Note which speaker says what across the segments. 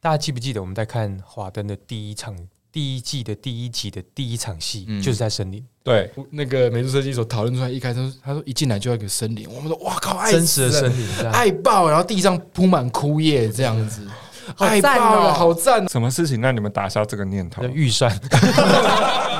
Speaker 1: 大家记不记得我们在看《华灯》的第一场、第一季的第一集的第一场戏，
Speaker 2: 嗯
Speaker 1: 就是在森林，
Speaker 3: 对，
Speaker 2: 那个美术设计所讨论出来，一开始他说一进来就要一个森林，我们说哇靠，爱
Speaker 1: 真实的
Speaker 2: 死了
Speaker 1: 森林，这样
Speaker 2: 爱爆，然后地上铺满枯叶这样子，
Speaker 4: 好
Speaker 2: 爱
Speaker 4: 赞哦
Speaker 2: 爆了，好赞哦！
Speaker 3: 什么事情让你们打消这个念头
Speaker 1: 的？预算。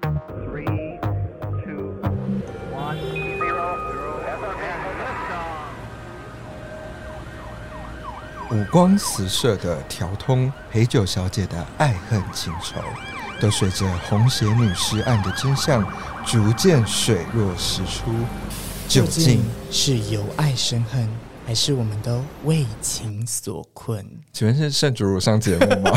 Speaker 5: Three, two, one, zero, zero, and liftoff.
Speaker 6: 五光十色的调通陪酒小姐的爱恨情仇，都随着红鞋女尸案的真相逐渐水落石出。究竟，
Speaker 4: 是由爱生恨，还是我们都为情所困？
Speaker 3: 请问是圣主乳上节目 吗？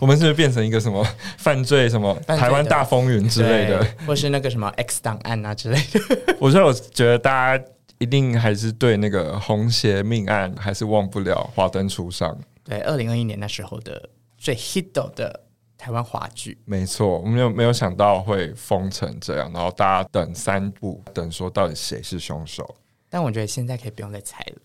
Speaker 3: 我们是不是变成一个什么犯罪什么
Speaker 4: 罪的
Speaker 3: 台湾大风云之类的？
Speaker 4: 对，或是那个什么 X 档案啊之类的。
Speaker 3: 我说，我觉得大家一定还是对那个红鞋命案还是忘不了华灯初上。
Speaker 4: 对，二零二一年那时候的最 hit 的台湾华剧，
Speaker 3: 没错，我没有没有想到会封成这样，然后大家等三步，等说到底谁是凶手。
Speaker 4: 但我觉得现在可以不用再猜了。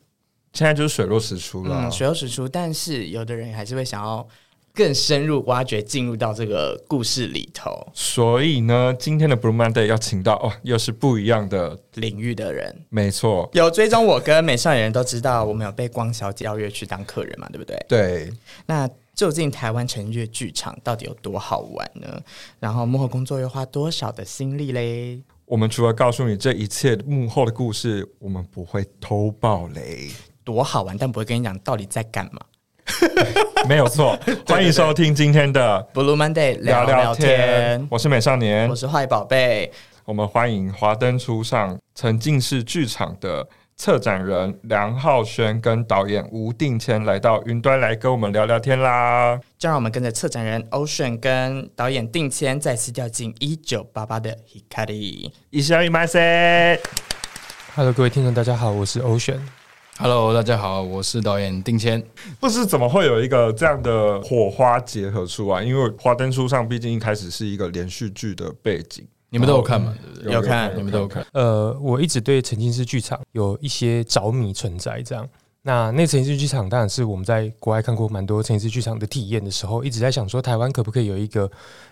Speaker 3: 现在就是水落石出了啊、
Speaker 4: 嗯，水落石出，但是有的人还是会想要更深入挖掘，进入到这个故事里头
Speaker 3: 所以呢，今天的 Blue Monday 要请到哦，又是不一样的，
Speaker 4: 领域的人。
Speaker 3: 没错，
Speaker 4: 有追踪我跟美少女人都知道，我们有被光小姐邀约去当客人嘛，对不对？
Speaker 6: 对，
Speaker 4: 那究竟台湾城乐剧场到底有多好玩呢？然后幕后工作又花多少的心力嘞？
Speaker 3: 我们除了告诉你这一切幕后的故事，我们不会偷爆 雷，
Speaker 4: 多好玩，但不会跟你讲到底在干嘛。
Speaker 3: 没有错。欢迎收听今天的
Speaker 4: Blue Monday 聊
Speaker 3: 聊
Speaker 4: 聊
Speaker 3: 天
Speaker 4: 天，，
Speaker 3: 我是美少年
Speaker 4: 我，是坏宝贝，
Speaker 3: 我们欢迎华灯初上沉浸式剧场的策展人梁浩轩跟导演吴定谦来到云端来跟我们聊聊天啦。
Speaker 4: 就让我们跟着策展人 Ocean 跟导演定谦再次掉进一九八八的 Hikari。
Speaker 3: 一下一麦塞，
Speaker 1: Hello，各位听众，大家好，我是 Ocean。
Speaker 2: Hello，大家好，我是导演丁谦。
Speaker 3: 不知怎么会有一个这样的火花结合出来？因为《华灯初上》毕竟一开始是一个连续剧的背景，
Speaker 2: 你们都有看吗？对不对？
Speaker 4: 有看
Speaker 2: 你们都有看。
Speaker 1: 呃，我一直对沉浸式剧场有一些着迷存在，这样。那那沉浸式剧场当然是我们在国外看过蛮多沉浸式剧场的体验的时候，一直在想说台湾可不可以有一个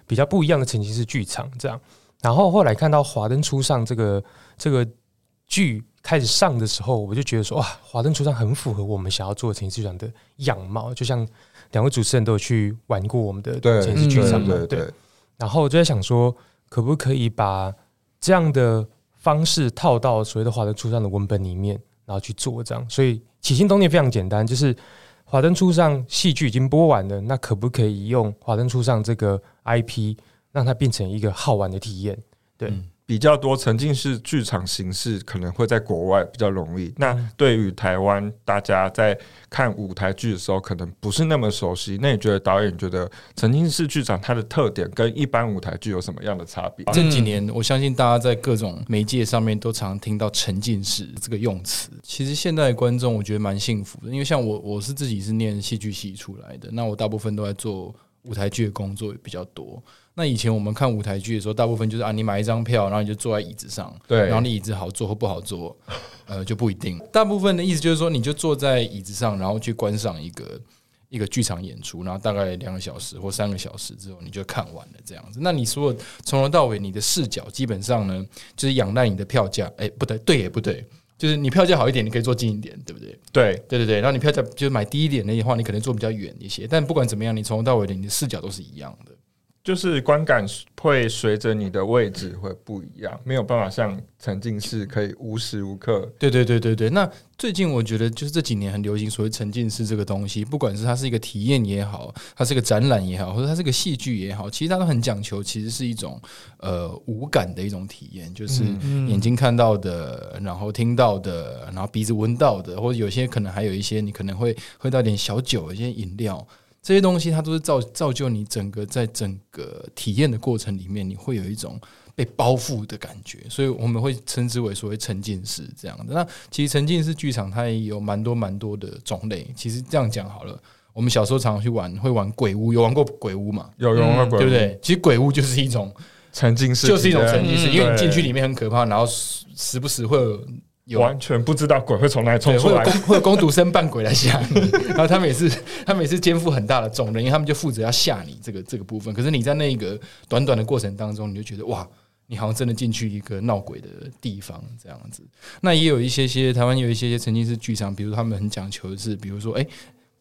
Speaker 1: 比较不一样的沉浸式剧场这样。然后后来看到《华灯初上》这个这个剧开始上的时候，我就觉得说哇，《华灯初上》很符合我们想要做沉浸式剧场的样貌，就像两位主持人都有去玩过我们的
Speaker 3: 对嗯
Speaker 1: 沉浸式剧场嘛，
Speaker 3: 对对对，
Speaker 1: 然后我就在想说，可不可以把这样的方式套到所谓的华灯初上的文本里面，然后去做这样。所以起心动念非常简单，就是华灯初上戏剧已经播完了，那可不可以用华灯初上这个 IP 让它变成一个好玩的体验？对，
Speaker 3: 比较多沉浸式剧场形式可能会在国外比较容易。那
Speaker 2: 嗯
Speaker 3: 对于台湾大家在看舞台剧的时候，可能不是那么熟悉。那你觉得导演觉得沉浸式剧场它的特点跟一般舞台剧有什么样的差别？
Speaker 2: 这几年，我相信大家在各种媒介上面都常听到“沉浸式”这个用词。其实现在的观众，我觉得蛮幸福的，因为像我，我是自己是念戏剧系出来的，那我大部分都在做舞台剧的工作也比较多。那以前我们看舞台剧的时候，大部分就是啊，你买一张票，然后你就坐在椅子上，
Speaker 3: 对
Speaker 2: 然后你椅子好坐或不好坐， 呃，就不一定。大部分的意思就是说，你就坐在椅子上，然后去观赏一个一个剧场演出，然后大概两个小时或三个小时之后，你就看完了这样子。那你所有从头到尾，你的视角基本上呢，就是仰赖你的票价。哎、不对，对也不对，就是你票价好一点，你可以坐近一点，对不对？
Speaker 3: 对，
Speaker 2: 对对对，然后你票价就是买低一点的话，你可能坐比较远一些。但不管怎么样，你从头到尾的你的视角都是一样的。
Speaker 3: 就是观感会随着你的位置会不一样，没有办法像沉浸式可以无时无刻。
Speaker 2: 对对对对对。那最近我觉得就是这几年很流行所谓沉浸式这个东西，不管是它是一个体验也好，它是一个展览也好，或者它是个戏剧也好，其实它都很讲求，其实是一种呃无感的一种体验，就是眼睛看到的，然后听到的，然后鼻子闻到的，或者有些可能还有一些你可能会喝到点小酒、一些饮料。这些东西它都是造造就你整个在整个体验的过程里面，你会有一种被包覆的感觉，所以我们会称之为所谓沉浸式这样的。那其实沉浸式剧场它也有蛮多蛮多的种类。其实这样讲好了，我们小时候常常去玩，会玩鬼屋，有玩过鬼屋嘛？
Speaker 3: 有用过鬼
Speaker 2: 对
Speaker 3: 屋
Speaker 2: 不对？其实鬼屋就是一种，
Speaker 3: 沉浸式
Speaker 2: 就是一种
Speaker 3: 体验
Speaker 2: 沉浸式，
Speaker 3: 嗯
Speaker 2: 因为你进去
Speaker 3: 对
Speaker 2: 里面很可怕，然后时时不时会有有
Speaker 3: 完全不知道鬼会从哪里冲
Speaker 2: 对，
Speaker 3: 出
Speaker 2: 会有
Speaker 3: 来
Speaker 2: 工， 会有工读生扮鬼来吓你，然后他们也是 他们也是肩负很大的重任，因为他们就负责要吓你这个这个部分。可是你在那个短短的过程当中，你就觉得哇，你好像真的进去一个闹鬼的地方这样子。那也有一些些台湾有一些些曾经是剧场，比如他们很讲求的是，比如说哎、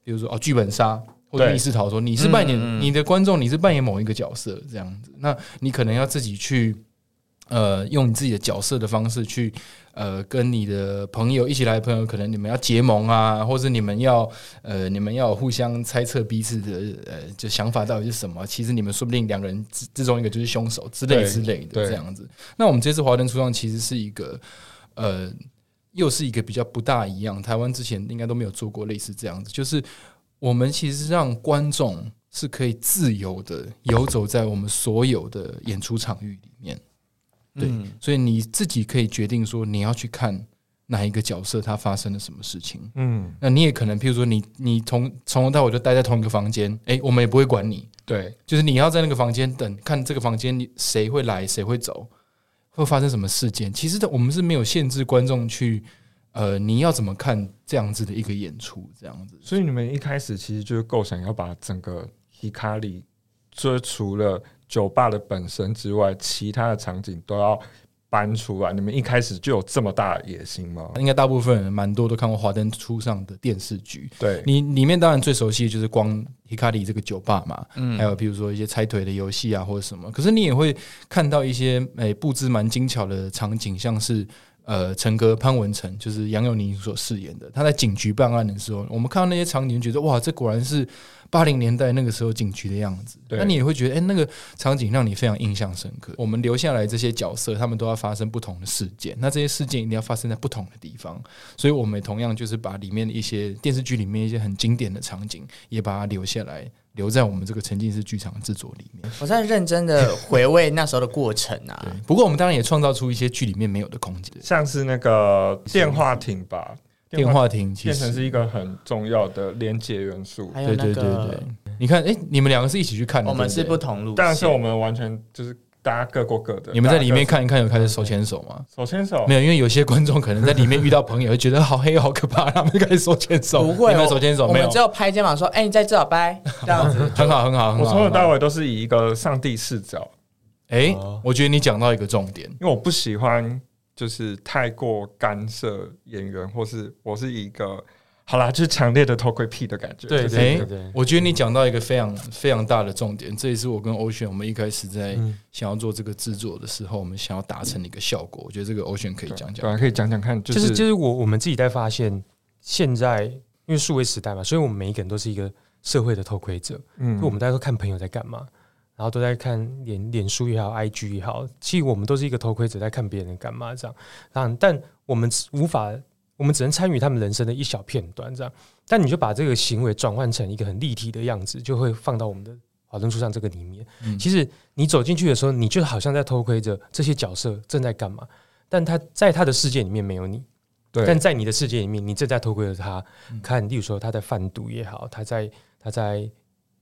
Speaker 2: 比如说哦剧本杀。或者
Speaker 3: 对
Speaker 2: 密室逃脱，你是扮演、
Speaker 3: 嗯嗯嗯
Speaker 2: 你的观众，你是扮演某一个角色这样子，那你可能要自己去呃，用你自己的角色的方式去，呃，跟你的朋友一起来的朋友，可能你们要结盟啊，或者你们要，呃，你们要互相猜测彼此的，呃，就想法到底是什么。其实你们说不定两个人之之中一个就是凶手之类
Speaker 3: 对
Speaker 2: 之类的
Speaker 3: 对
Speaker 2: 这样子。那我们这次华灯初上其实是一个，呃，又是一个比较不大一样，台湾之前应该都没有做过类似这样子，就是我们其实让观众是可以自由的游走在我们所有的演出场域里面。
Speaker 3: 嗯
Speaker 2: 对，所以你自己可以决定说你要去看哪一个角色他发生了什么事情。
Speaker 3: 嗯，
Speaker 2: 那你也可能，譬如说你你从从头到尾就待在同一个房间，诶，我们也不会管你，
Speaker 3: 对，
Speaker 2: 就是你要在那个房间等，看这个房间里谁会来，谁会走，会发生什么事件。其实的我们是没有限制观众去，呃，你要怎么看这样子的一个演出，这样子。
Speaker 3: 所以你们一开始其实就是构想要把整个 Hikari，就是除了酒吧的本身之外，其他的场景都要搬出来。你们一开始就有这么大的野心吗？
Speaker 2: 应该大部分人蛮多都看过《华灯初上》的电视剧，
Speaker 3: 对，
Speaker 2: 你里面当然最熟悉的就是光 Hikari 这个酒吧嘛，
Speaker 3: 嗯
Speaker 2: 还有比如说一些猜腿的游戏啊或者什么，可是你也会看到一些诶、布置蛮精巧的场景，像是呃陈哥潘文成就是杨佑宁所饰演的，他在警局办案的时候，我们看到那些场景，觉得哇，这果然是八零年代那个时候警局的样子。
Speaker 3: 对
Speaker 2: 那你也会觉得，哎、那个场景让你非常印象深刻。我们留下来这些角色，他们都要发生不同的事件，那这些事件一定要发生在不同的地方。所以我们也同样就是把里面的一些电视剧里面一些很经典的场景，也把它留下来，留在我们这个沉浸式剧场的制作里面。
Speaker 4: 我在认真的回味那时候的过程啊。
Speaker 2: 不过我们当然也创造出一些剧里面没有的空间。
Speaker 3: 像是那个电话亭吧，
Speaker 2: 电话亭其
Speaker 3: 变成
Speaker 2: 实
Speaker 3: 是一个很重要的连接元素。
Speaker 4: 还有
Speaker 2: 对
Speaker 4: 那
Speaker 2: 对对
Speaker 4: 个
Speaker 2: 对，，你看，哎、你们两个是一起去看的，
Speaker 4: 我们
Speaker 2: 对
Speaker 4: 是
Speaker 2: 对
Speaker 4: 不同路线，
Speaker 3: 但是我们完全就是大家各过各的。
Speaker 2: 你们在里
Speaker 3: 大
Speaker 2: 面
Speaker 3: 家
Speaker 2: 看一看，有开始手牵手吗？
Speaker 3: 各手牵手
Speaker 2: 没，有，因为有些观众可能在里面遇到朋友，会觉得好黑好可怕，他们就开始手牵手。
Speaker 4: 不会
Speaker 2: 你们
Speaker 4: 我
Speaker 2: 手牵手
Speaker 4: 我
Speaker 2: 没
Speaker 4: 们
Speaker 2: 有，
Speaker 4: 只？有拍肩膀说：“哎，你在这儿拜。”这样子
Speaker 2: 很好，很好，很
Speaker 3: 我
Speaker 2: 好。
Speaker 3: 从头
Speaker 2: 很
Speaker 3: 到
Speaker 2: 好，
Speaker 3: 尾都是以一个上帝视角，
Speaker 2: 哎，我觉得你讲到一个重点，
Speaker 3: 因为我不喜欢就是太过干涉演员，或是我是一个好啦，就是强烈的偷窥癖的感觉。
Speaker 1: 对
Speaker 3: 就是
Speaker 1: 对
Speaker 2: 哎
Speaker 1: 对对，
Speaker 2: 我觉得你讲到一个非常非常大的重点，这也是我跟欧选我们一开始在
Speaker 1: 嗯
Speaker 2: 想要做这个制作的时候，我们想要达成的一个效果。我觉得这个欧选可以讲
Speaker 3: 对
Speaker 2: 讲。
Speaker 3: 啊，可以讲讲看，就
Speaker 1: 就是是就是我我们自己在发现，现在因为数位时代嘛，所以我们每一个人都是一个社会的偷窥者，
Speaker 3: 嗯
Speaker 1: 就我们大家都看朋友在干嘛，然后都在看脸脸书也好，IG 也好，其实我们都是一个偷窥者，在看别人干嘛这样。但但我们只无法，我们只能参与他们人生的一小片段这样。但你就把这个行为转换成一个很立体的样子，就会放到我们的华灯初上这个里面。
Speaker 2: 嗯
Speaker 1: 其实你走进去的时候，你就好像在偷窥着这些角色正在干嘛，但他在他的世界里面没有你。
Speaker 3: 对嗯
Speaker 1: 但在你的世界里面，你正在偷窥着他，看，例如说他在贩毒也好，他在他在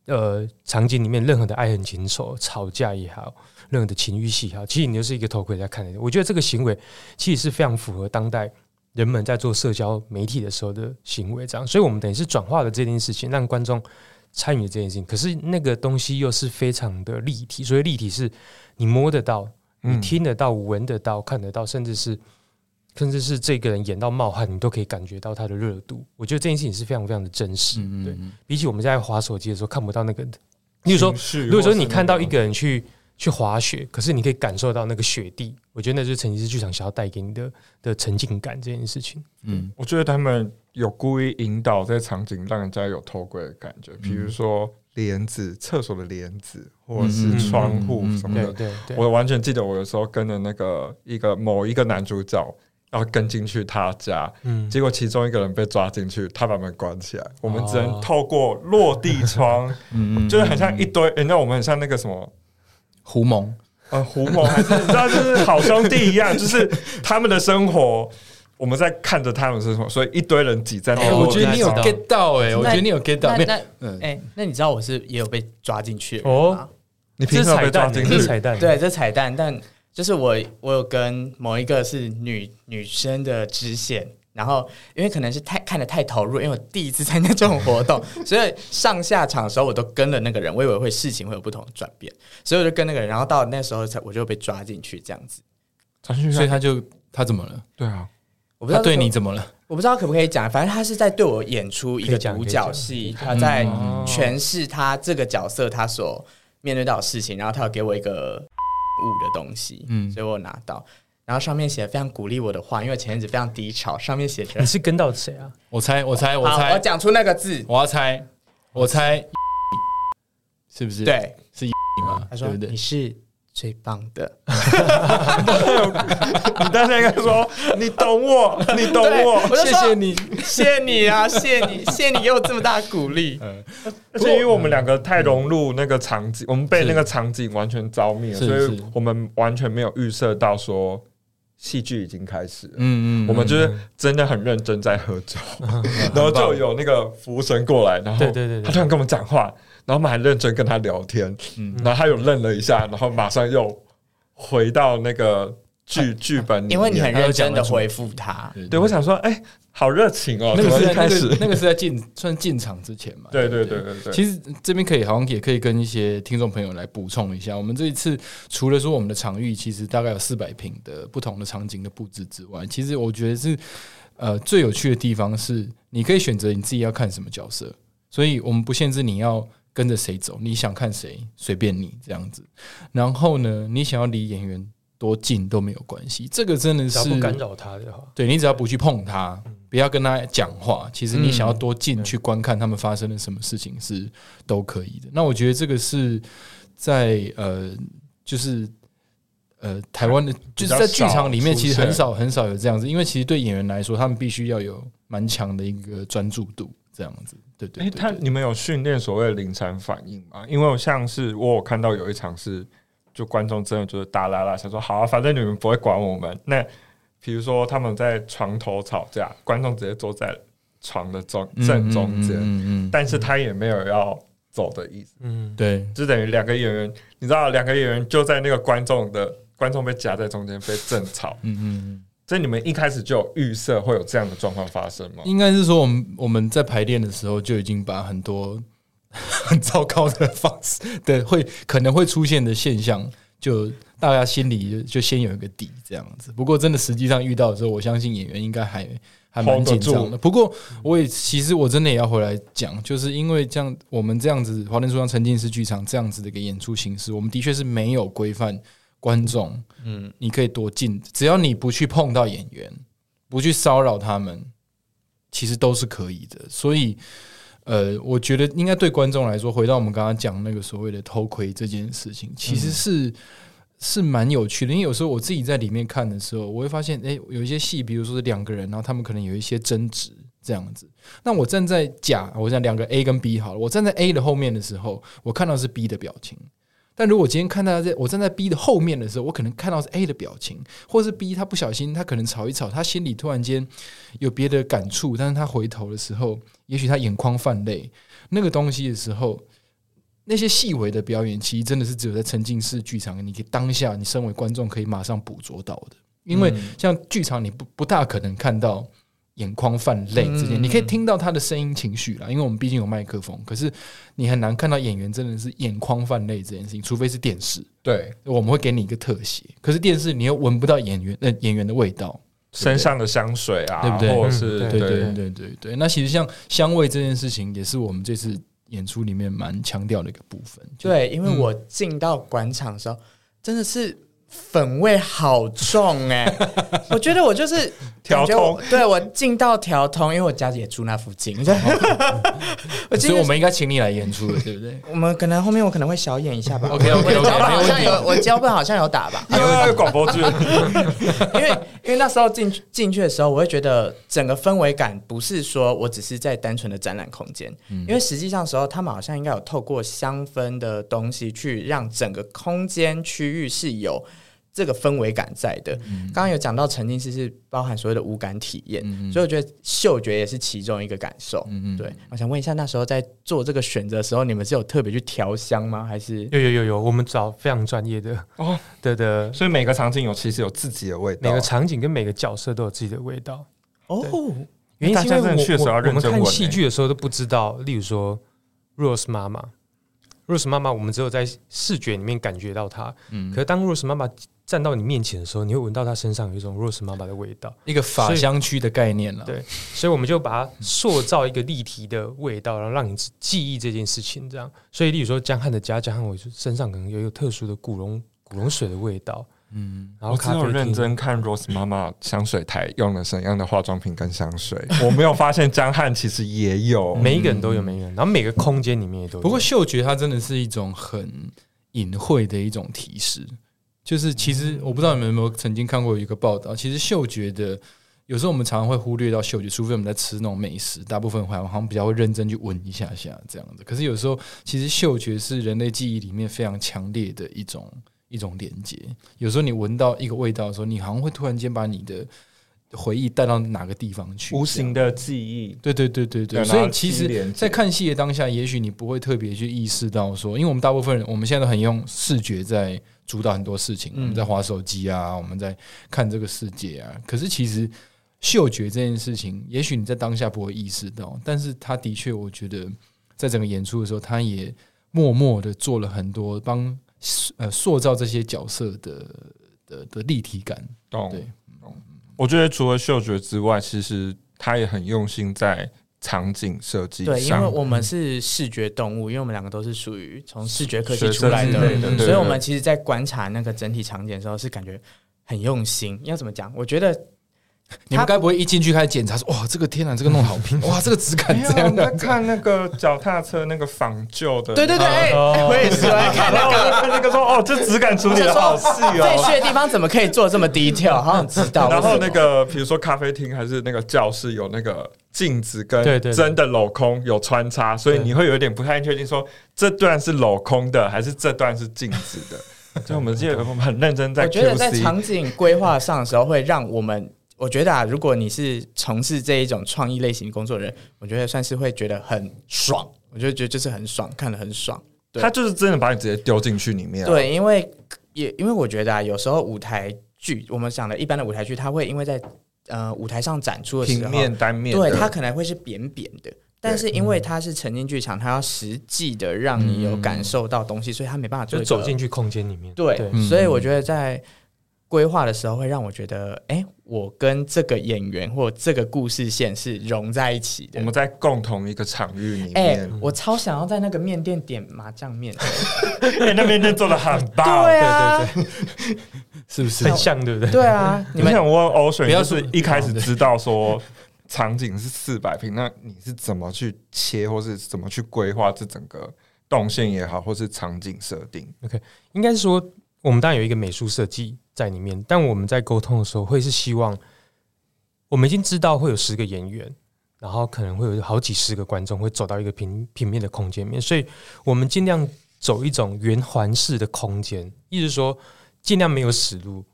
Speaker 1: 呃场景里面任何的爱恨情仇、吵架也好，任何的情欲戏也好，其实你就是一个头盔在看的。我觉得这个行为其实是非常符合当代人们在做社交媒体的时候的行为，这样，所以我们等于是转化了这件事情，让观众参与这件事情。可是那个东西又是非常的立体，所以立体是你摸得到，你
Speaker 3: 嗯
Speaker 1: 听得到、闻得到、看得到，甚至是甚至是这个人演到冒汗，你都可以感觉到他的热度。我觉得这件事情是非常非常的真实。
Speaker 2: 嗯
Speaker 1: 对，
Speaker 2: 嗯
Speaker 1: 比起我们在划手机的时候看不到那个，例如说
Speaker 3: 情，绪
Speaker 1: 如果说
Speaker 3: 或是
Speaker 1: 你看到一
Speaker 3: 那
Speaker 1: 个人去去滑雪，可是你可以感受到那个雪地，我觉得那就是沉浸式剧场想要带给你的的沉浸感这件事情。
Speaker 2: 嗯
Speaker 3: 我觉得他们有故意引导这场景，让人家有偷窥的感觉，比如
Speaker 1: 嗯
Speaker 3: 说帘子、厕所的帘子，或者
Speaker 2: 嗯嗯
Speaker 3: 是
Speaker 2: 嗯
Speaker 3: 窗户
Speaker 2: 嗯嗯
Speaker 3: 什么
Speaker 1: 对
Speaker 3: 的。
Speaker 1: 对对，
Speaker 3: 我完全记得，我有时候跟着那个一个某一个男主角。要跟进去他家，
Speaker 1: 嗯，
Speaker 3: 结果其中一个人被抓进去，他把门关起来，我们只
Speaker 1: 哦
Speaker 3: 能透过落地窗，
Speaker 2: 嗯
Speaker 3: 就是很像一堆，你知道我们很像那个什么。
Speaker 2: 胡蒙，
Speaker 3: 呃，胡某 还是你知道，就是好兄弟一样，就是他们的生活，我们在看着他们是什么，所以一堆人挤在那
Speaker 2: 哎，
Speaker 3: 个
Speaker 1: 哦
Speaker 2: 我
Speaker 3: 落
Speaker 2: 觉
Speaker 3: 地
Speaker 2: 得你有
Speaker 1: 我大概知道
Speaker 2: get 到，哎，我觉得你有 get 到，
Speaker 4: 那
Speaker 2: 没有
Speaker 4: 那
Speaker 2: 嗯
Speaker 4: 哎、那你知道我是也有被抓进去的人吗
Speaker 1: 哦，
Speaker 3: 你
Speaker 1: 这
Speaker 3: 凭
Speaker 1: 是
Speaker 3: 什么
Speaker 1: 彩
Speaker 3: 被抓
Speaker 1: 蛋，
Speaker 3: 进
Speaker 1: 这是
Speaker 3: 去？
Speaker 1: 彩蛋，，
Speaker 4: 对，这彩蛋，但就是我我有跟某一个是女女生的支线。然后，因为可能是太看得太投入，因为我第一次参加这种活动，所以上下场的时候我都跟了那个人，我以为会事情会有不同的转变，所以我就跟那个人，然后到那时候才我就被抓进去这样子。
Speaker 3: 抓进
Speaker 2: 所以
Speaker 3: 去啊，
Speaker 2: 他就他怎么了？
Speaker 3: 对啊，
Speaker 4: 我不知
Speaker 2: 他
Speaker 4: 道
Speaker 2: 对
Speaker 4: 这个
Speaker 2: 你怎么了？
Speaker 4: 我不知道可不可以讲，反正他是在对我演出一
Speaker 1: 可
Speaker 4: 个
Speaker 1: 以讲
Speaker 4: 独
Speaker 1: 可
Speaker 4: 角
Speaker 1: 以讲
Speaker 4: 戏，他在
Speaker 2: 嗯
Speaker 4: 诠释他这个角色他所面对到的事情，然后他有给我一个物的东西，
Speaker 2: 嗯
Speaker 4: 所以我有拿到，然后上面写的非常鼓励我的话，因为我前阵子非常低潮，上面写着
Speaker 1: 你，是跟到谁啊？
Speaker 2: 我猜，我猜， 我
Speaker 4: 好，我
Speaker 2: 猜，
Speaker 4: 讲出那个字，
Speaker 2: 我要猜，我猜，是不是？，
Speaker 4: 对，
Speaker 2: 是嘛？
Speaker 4: 他
Speaker 2: 对
Speaker 4: 说
Speaker 2: 不对
Speaker 4: 你？是最棒的，
Speaker 3: 你当时应该说，你懂我，你懂
Speaker 4: 对，
Speaker 3: 我，
Speaker 4: 我就
Speaker 2: 谢谢
Speaker 4: 说
Speaker 2: 你。
Speaker 4: 谢谢你啊，谢谢你，谢谢你给我这么大的鼓励，
Speaker 2: 嗯
Speaker 3: 而且因为我们两个太融入那个场景，我们被那个场景完全着迷了，
Speaker 2: 是
Speaker 3: 所以
Speaker 2: 是
Speaker 3: 我们完全没有预设到说戏剧已经开始了。
Speaker 2: 嗯
Speaker 3: 我们就是真的很认真在喝酒， 然后就有那个服务生过来，然后
Speaker 1: 对对对对
Speaker 3: 他突然跟我们讲话，然后我们还认真跟他聊天，然后他有愣了一下，然后马上又回到那个剧剧本里面，
Speaker 4: 因为你很
Speaker 2: 他有
Speaker 4: 认
Speaker 2: 讲
Speaker 4: 真
Speaker 2: 得
Speaker 4: 的
Speaker 2: 出
Speaker 4: 回复他，
Speaker 3: 对我想说，哎，好热情哦，
Speaker 2: 那个
Speaker 3: 怎
Speaker 2: 是
Speaker 3: 么
Speaker 2: 在
Speaker 3: 一开始
Speaker 2: 那个，那个是在进算进场之前嘛？
Speaker 3: 对
Speaker 2: 不
Speaker 3: 对对对对，
Speaker 2: 其实这边可以，好像也可以跟一些听众朋友来补充一下。我们这一次除了说我们的场域其实大概有四百平的不同的场景的布置之外，其实我觉得是呃最有趣的地方是，你可以选择你自己要看什么角色，所以我们不限制你要跟着谁走，你想看谁随便你这样子。然后呢，你想要离演员多近都没有关系，这个真的
Speaker 1: 只
Speaker 2: 是
Speaker 1: 要不干扰他的话，
Speaker 2: 对你只要不去碰它，
Speaker 3: 嗯
Speaker 2: 不要跟他讲话，其实你想要多进去观看他们发生了什么事情是都可以的。那我觉得这个是在呃，就是呃，台湾的就是在剧场里面，
Speaker 3: 比较少
Speaker 2: 其实很
Speaker 3: 出现
Speaker 2: 少很少有这样子，因为其实对演员来说，他们必须要有蛮强的一个专注度，这样子。对对
Speaker 3: 哎，
Speaker 2: 对
Speaker 3: 他
Speaker 2: 对
Speaker 3: 你们有训练所谓的临场反应吗？因为我像是我有看到有一场是，就观众真的就是大啦啦，想说好啊，反正你们不会管我们。那比如说他们在床头吵架，观众直接坐在床的中正中间，
Speaker 2: 嗯嗯嗯嗯
Speaker 3: 但是他也没有要走的意思，
Speaker 1: 嗯，
Speaker 2: 对，
Speaker 3: 就等于两个演员，你知道，两个演员就在那个观众的观众被夹在中间被争吵。
Speaker 2: 嗯嗯嗯。
Speaker 3: 所以你们一开始就有预设会有这样的状况发生吗？
Speaker 2: 应该是说，我们我们在排练的时候就已经把很多 很糟糕的方式对会可能会出现的现象，就大家心里就就先有一个底这样子。不过真的实际上遇到的时候，我相信演员应该还还蛮
Speaker 3: Hold 得
Speaker 2: 紧
Speaker 3: 住
Speaker 2: 张的。不过我也其实我真的也要回来讲，就是因为这样我们这样子华灯初上沉浸式剧场这样子的一个演出形式，我们的确是没有规范观众，嗯，你可以多近，只要你不去碰到演员，不去骚扰他们。其实都是可以的。所以，呃，我觉得应该对观众来说，回到我们刚刚讲那个所谓的偷窥这件事情，其实是、是蛮有趣的。因为有时候我自己在里面看的时候，我会发现，诶，有一些戏，比如说是两个人，然后他们可能有一些争执。这样子，那我站在甲，我讲两个 A 跟 B 好了。我站在 A 的后面的时候，我看到是 B 的表情；但如果今天看到在我站在 B 的后面的时候，我可能看到是 A 的表情，或是 B 他不小心，他可能吵一吵，他心里突然间有别的感触，但是他回头的时候，也许他眼眶泛泪，那个东西的时候，那些细微的表演，其实真的是只有在沉浸式剧场，你可以当下你身为观众可以马上捕捉到的，因为像剧场你不不大可能看到。眼眶泛泪之间，你可以听到他的声音、情绪啦，因为我们毕竟有麦克风。可是你很难看到演员真的是眼眶泛泪这件事情，除非是电视，
Speaker 3: 对，
Speaker 2: 我们会给你一个特写。可是电视你又闻不到演员呃演员的味道，
Speaker 3: 身上的香水啊，
Speaker 2: 对不对
Speaker 3: 或者是、
Speaker 1: 嗯
Speaker 2: 对对对对对对。那其实像香味这件事情，也是我们这次演出里面蛮强调的一个部分。就，
Speaker 4: 对，因为我进到广场的时候，真的是粉味好 重哎、我觉得我就是
Speaker 3: 调
Speaker 4: 感觉我
Speaker 3: 通，
Speaker 4: 对我进到调通，因为我家也住那附近， 我进
Speaker 2: 所以
Speaker 4: 去
Speaker 2: 我。们应该请你来演出了，对不 对？
Speaker 4: 我们可能后面我可能会小演一下吧。
Speaker 2: OK，OK，OK，
Speaker 4: 我的脚本好像
Speaker 2: 没问
Speaker 4: 有，我脚本好像有打吧，
Speaker 3: 因为广播剧，
Speaker 4: 因为 因为那时候进去进去的时候，我会觉得整个氛围感不是说我只是在单纯的展览空间，因为实际上的时候他们好像应该有透过香氛的东西去让整个空间区域是有。这个氛围感在的，刚刚有讲到沉浸式是包含所谓的无感体验，
Speaker 2: 嗯
Speaker 4: 所以我觉得嗅觉也是其中一个感受。对，我想问一下，那时候在做这个选择的时候，你们是有特别去调香吗？还是
Speaker 1: 有有有有，我们找非常专业的
Speaker 3: 哦
Speaker 1: 哦的的，
Speaker 3: 所以每个场景有其实有自己的味道，
Speaker 1: 每个场景跟每个角色都有自己的味道。
Speaker 4: 哦，
Speaker 1: 原因是因
Speaker 3: 哎大家真的确
Speaker 1: 为
Speaker 3: 实
Speaker 1: 我
Speaker 3: 要
Speaker 1: 我我
Speaker 3: 认
Speaker 1: 们
Speaker 3: 真
Speaker 1: 看
Speaker 3: 闻
Speaker 1: 戏
Speaker 3: 欸
Speaker 1: 剧的时候都不知道，例如说 Rose 妈妈，Rose 妈妈，我们只有在视觉里面感觉到她，
Speaker 3: 嗯
Speaker 1: 可是当 Rose 妈妈站到你面前的时候，你会闻到她身上有一种 Rose 妈妈的味道，
Speaker 2: 一个法香区的概念了。
Speaker 1: 对所以我们就把它塑造一个立体的味道，然后让你记忆这件事情。这样，所以例如说江汉的家，江汉我身上可能有一个特殊的古龙古龙水的味道，嗯，然后
Speaker 3: 我只
Speaker 1: 咖
Speaker 3: 有
Speaker 1: 啡
Speaker 3: 认
Speaker 1: 厅
Speaker 3: 真看 Rose 妈妈香水台用了什么样的化妆品跟香水， 我没有发现江汉其实也有。
Speaker 1: 每一个人都有，每一个人，然后每个空间里面也都有。
Speaker 2: 不过嗅觉它真的是一种很隐晦的一种提示，就是其
Speaker 3: 嗯
Speaker 2: 实我不知道你们有没有曾经看过一个报道，其实嗅觉的有时候我们常常会忽略到嗅觉，除非我们在吃那种美食，大部分还好像比较会认真去闻一下下这样子。可是有时候其实嗅觉是人类记忆里面非常强烈的一种一种连接，有时候你闻到一个味道的时候，你好像会突然间把你的回忆带到哪个地方去，
Speaker 3: 无形的记忆，
Speaker 2: 对对对
Speaker 3: 对
Speaker 2: 对对，
Speaker 3: 然后
Speaker 2: 所以其
Speaker 3: 心连
Speaker 2: 实，
Speaker 3: 接
Speaker 2: 在看戏的当下，也许你不会特别去意识到说，因为我们大部分人我们现在都很用视觉在主导很多事情，
Speaker 3: 嗯
Speaker 2: 我们在划手机啊，我们在看这个世界啊。可是其实嗅觉这件事情，也许你在当下不会意识到，但是它的确，我觉得在整个演出的时候，他也默默的做了很多帮呃塑造这些角色的的的立体感。
Speaker 3: 懂
Speaker 2: 对
Speaker 3: 我觉得除了嗅觉之外，其实他也很用心在场景设计上。
Speaker 4: 对，因为我
Speaker 3: 嗯
Speaker 4: 们是视觉动物，因为我们两个都是属于从视觉科系
Speaker 3: 学
Speaker 4: 出来
Speaker 3: 生之
Speaker 4: 的，
Speaker 3: 类的
Speaker 2: 嗯
Speaker 3: 对
Speaker 4: 所以我
Speaker 3: 对
Speaker 4: 们其实，在观察那个整体场景的时候，是感觉很用心。要怎么讲？我觉得
Speaker 2: 你们
Speaker 4: 他
Speaker 2: 该不会一进去开始检查说，哇，这个天哪，这个弄好 平，哇，这个质感
Speaker 3: 没有
Speaker 2: 这
Speaker 3: 我
Speaker 2: 样
Speaker 3: 们在
Speaker 2: 的。
Speaker 3: 看那个脚踏车那个仿旧的，
Speaker 4: 对对对，哎、我也是我在看那
Speaker 3: 我在
Speaker 4: 个。
Speaker 3: 看那个说哦，这质感处理的好细
Speaker 4: 废
Speaker 3: 哦。
Speaker 4: 墟的地方怎么可以做这么低调？好想知 道。
Speaker 3: 然
Speaker 4: 为
Speaker 3: 后
Speaker 4: 什么
Speaker 3: 那个，比如说咖啡厅还是那个教室，有那个镜子跟
Speaker 1: 对对对
Speaker 3: 真的镂空有穿插，所以你会有一点不太确定，说这段是镂空的还是这段是镜子 的。所以我们记得我们很认真在
Speaker 4: 我觉得在
Speaker 3: QC，
Speaker 4: 场景规划上的时候，会让我们，我觉得啊，如果你是从事这一种创意类型工作的人，我觉得算是会觉得很爽。我就觉得就是很爽，看得很爽。对
Speaker 3: 他就是真的把你直接丢进去里面啊。
Speaker 4: 对，因为也因为我觉得啊，有时候舞台剧，我们讲的一般的舞台剧，它会因为在呃舞台上展出的时
Speaker 3: 平
Speaker 4: 候，
Speaker 3: 面单面的，嗯
Speaker 4: 对它可能会是扁扁的，但是因为它是沉浸剧场，它要实际的让你有
Speaker 3: 嗯
Speaker 4: 感受到东西，所以它没办法做
Speaker 1: 就
Speaker 4: 一个
Speaker 1: 走进去空间里面，
Speaker 4: 对，
Speaker 1: 对
Speaker 4: 所
Speaker 3: 嗯
Speaker 4: 以我觉得在规划的时候会让我觉得，哎、我跟这个演员或这个故事线是融在一起
Speaker 3: 我
Speaker 4: 的。
Speaker 3: 们在共同一个场域里
Speaker 4: 哎、
Speaker 3: 面，
Speaker 4: 我超想要在那个面店点麻酱面。
Speaker 3: 哎那边就做的很棒。
Speaker 4: 啊，
Speaker 2: 是不是
Speaker 1: 很像，对不对？
Speaker 4: 对啊，你
Speaker 3: 你们
Speaker 4: 们
Speaker 3: 想问欧水，
Speaker 2: 不要
Speaker 3: 就是
Speaker 2: 说
Speaker 3: 一开始知道说场景是四百平，那你是怎么去切，或是怎么去规划这整个动线也好，或是场景设定？
Speaker 1: 应该是说，我们当然有一个美术设计在里面，但我们在沟通的时候会是希望，我们已经知道会有十个演员，然后可能会有好几十个观众会走到一个平平面的空间里面，所以我们尽量走一种圆环式的空间，意思是说尽量没有死路。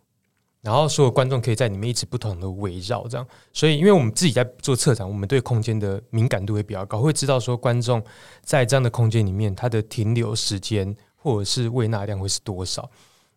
Speaker 1: 然后所有观众可以在里面一直不同的围绕，这样。所以，因为我们自己在做策展，我们对空间的敏感度会比较高，会知道说观众在这样的空间里面，它的停留时间或者是喂纳量会是多少。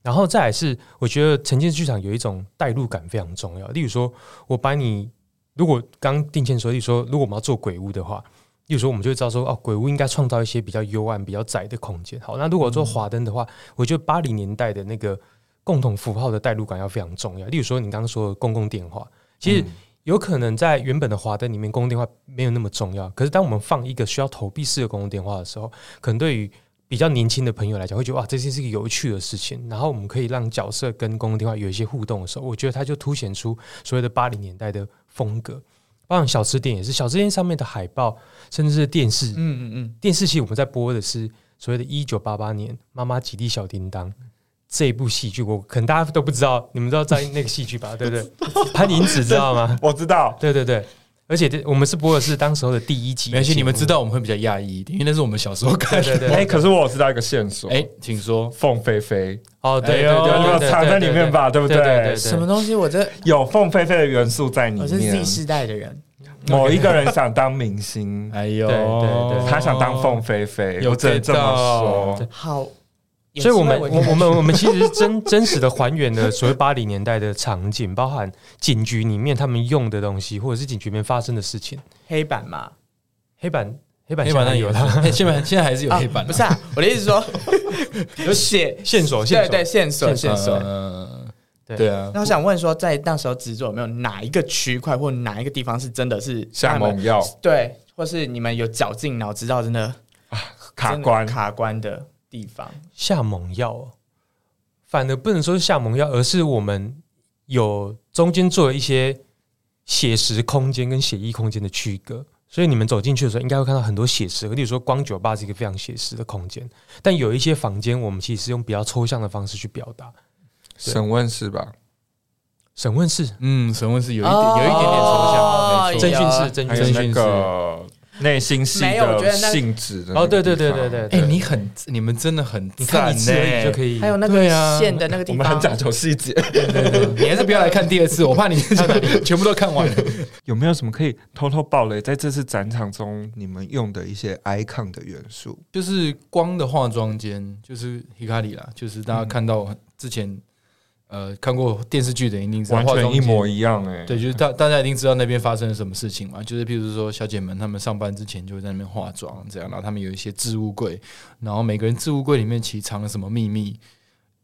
Speaker 1: 然后再来是，我觉得沉浸式剧场有一种代入感非常重要。例如说，我把你如果刚定倩说，例如说，如果我们要做鬼屋的话，例如说我们就会知道说，哦，鬼屋应该创造一些比较幽暗、比较窄的空间。好，那如果做华灯的话，我觉得八零年代的那个共同符号的代入感要非常重要。例如说，你刚刚说的公共电话，其实有可能在原本的华灯里面，公共电话没有那么重要。可是当我们放一个需要投币式的公共电话的时候，可能对于比较年轻的朋友来讲，会觉得哇，这件是一个有趣的事情。然后我们可以让角色跟公共电话有一些互动的时候，我觉得它就凸显出所谓的八零年代的风格。包含小吃店也是，小吃店上面的海报，甚至是电视，
Speaker 4: 嗯嗯嗯，
Speaker 1: 电视剧我们在播的是所谓的“一九八八年妈妈吉利小叮当”，这部戏剧，我可能大家都不知道，你们知道在那个戏剧 吧，对不对？潘迎紫知道吗？
Speaker 3: 我知道，
Speaker 1: 对对对，而且这我们是播的是当时候的第一集，
Speaker 2: 没关系，你们知。道我们会比较讶异一点，因为那是我们小时候看
Speaker 1: 对
Speaker 2: 的。
Speaker 1: 对
Speaker 3: 哎、
Speaker 1: 对，
Speaker 3: 可是我有知道一个线索，哎、
Speaker 2: 哎，请说，
Speaker 3: 凤飞飞
Speaker 1: 哦对
Speaker 2: 哎
Speaker 1: 对
Speaker 2: 呦
Speaker 1: 对对
Speaker 2: 你
Speaker 1: 对
Speaker 2: 们
Speaker 1: 对，
Speaker 3: 藏在
Speaker 1: 对
Speaker 3: 里面吧对不
Speaker 1: 对？对
Speaker 3: 对
Speaker 1: 对对
Speaker 4: 什么东西？我这
Speaker 3: 有凤飞飞的元素在里
Speaker 4: 我哦是 Z
Speaker 3: 面。啊
Speaker 4: 世代的人，
Speaker 3: 某一个人想当明星，
Speaker 2: 哎呦，
Speaker 1: 对对对
Speaker 3: 他想当凤
Speaker 2: 哦
Speaker 3: 飞飞，
Speaker 2: 有
Speaker 3: 我只能这么
Speaker 1: 对
Speaker 3: 说。
Speaker 4: 好，有
Speaker 1: 所以我
Speaker 4: 机会
Speaker 1: 们我我 们我们其实是真真实的还原了所谓八零年代的场景，包含警局里面他们用的东西，或者是警局里面发生的事情。
Speaker 4: 黑板嘛，
Speaker 1: 黑板黑板
Speaker 2: 黑
Speaker 1: 下
Speaker 2: 板上
Speaker 1: 面
Speaker 2: 有
Speaker 1: 有
Speaker 2: 他
Speaker 1: 它，
Speaker 2: 哎现在现在还是有
Speaker 4: 啊
Speaker 2: 黑板，
Speaker 4: 不是啊，我的意思是说有写
Speaker 1: 线索线
Speaker 4: 对
Speaker 1: 索
Speaker 4: 对线索线索。
Speaker 2: 嗯
Speaker 1: 对
Speaker 2: 对啊
Speaker 4: 那，我想问说，在那时候制作有没有哪一个区块或哪一个地方是真的是
Speaker 3: 下
Speaker 4: 他们
Speaker 3: 猛药
Speaker 4: 对，或是你们有绞尽脑汁到真的
Speaker 3: 卡
Speaker 4: 真的
Speaker 3: 关，
Speaker 4: 卡关的地方？
Speaker 1: 下猛药哦，反而不能说是下猛药，而是我们有中间做了一些写实空间跟写意空间的区隔。所以你们走进去的时候，应该会看到很多写实，例如说光酒吧是一个非常写实的空间，但有一些房间我们其实是用比较抽象的方式去表达。
Speaker 3: 审问是吧？
Speaker 1: 审问室、
Speaker 2: 嗯，啊审问是有一点
Speaker 4: 哦
Speaker 2: 有一点点抽象，没
Speaker 1: 侦
Speaker 2: 错
Speaker 1: 讯室、侦
Speaker 4: 真
Speaker 3: 还
Speaker 1: 讯
Speaker 3: 有
Speaker 1: 室
Speaker 3: 那个内心戏
Speaker 4: 没有我觉
Speaker 3: 的
Speaker 4: 得那
Speaker 3: 性质的那个
Speaker 1: 哦，对对对
Speaker 3: 地
Speaker 1: 对
Speaker 3: 方
Speaker 1: 对，
Speaker 2: 哎、
Speaker 1: 对，
Speaker 2: 你很，你们真的很
Speaker 1: 你看
Speaker 2: 赞
Speaker 1: 一次而已就可
Speaker 2: 以。
Speaker 1: 以，
Speaker 4: 还有那
Speaker 2: 对
Speaker 4: 个
Speaker 2: 啊
Speaker 4: 线的那个
Speaker 3: 我
Speaker 4: 地
Speaker 3: 们
Speaker 4: 方
Speaker 3: 很，讲究细节。
Speaker 2: 你还是不要来看第二次，我怕 你全部都看完了。
Speaker 3: 有没有什么可以偷偷爆雷？在这次展场中，你们用的一些 icon 的元素，
Speaker 2: 就是光的化妆间，就是 Hikari 啦，就是大家看到之前呃看过电视剧的一定知道
Speaker 3: 完全一模
Speaker 2: 一
Speaker 3: 一样哎、
Speaker 2: 对，就是大大家一定知道那边发生了什么事情嘛，就是譬如说小姐们她们上班之前就会在那边化妆，这样，然后她们有一些置物柜，然后每个人置物柜里面其实藏了什么秘密，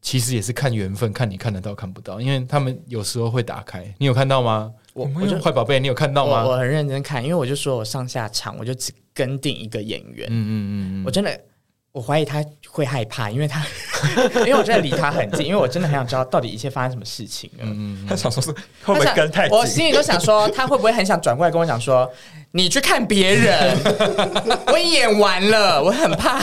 Speaker 2: 其实也是看缘分，看你看得到看不到，因为他们有时候会打开，你有看到吗？
Speaker 4: 我
Speaker 2: 我就坏宝贝，你有看到
Speaker 4: 我我
Speaker 2: 吗？
Speaker 4: 很认真看，因为我就说我上下场，我就只跟定一个演员，
Speaker 2: 嗯嗯嗯嗯，
Speaker 4: 我真的。我怀疑他会害怕，因为他， 因为我真的离他很近，因为我真的很想知道到底一切发生什么事情了。
Speaker 2: 嗯
Speaker 3: 他想说是会不会
Speaker 4: 他想
Speaker 3: 跟太
Speaker 4: 我
Speaker 3: 紧？
Speaker 4: 心里都想说，他会不会很想转过来跟我讲说：“你去看 别人，我演完了，我很怕，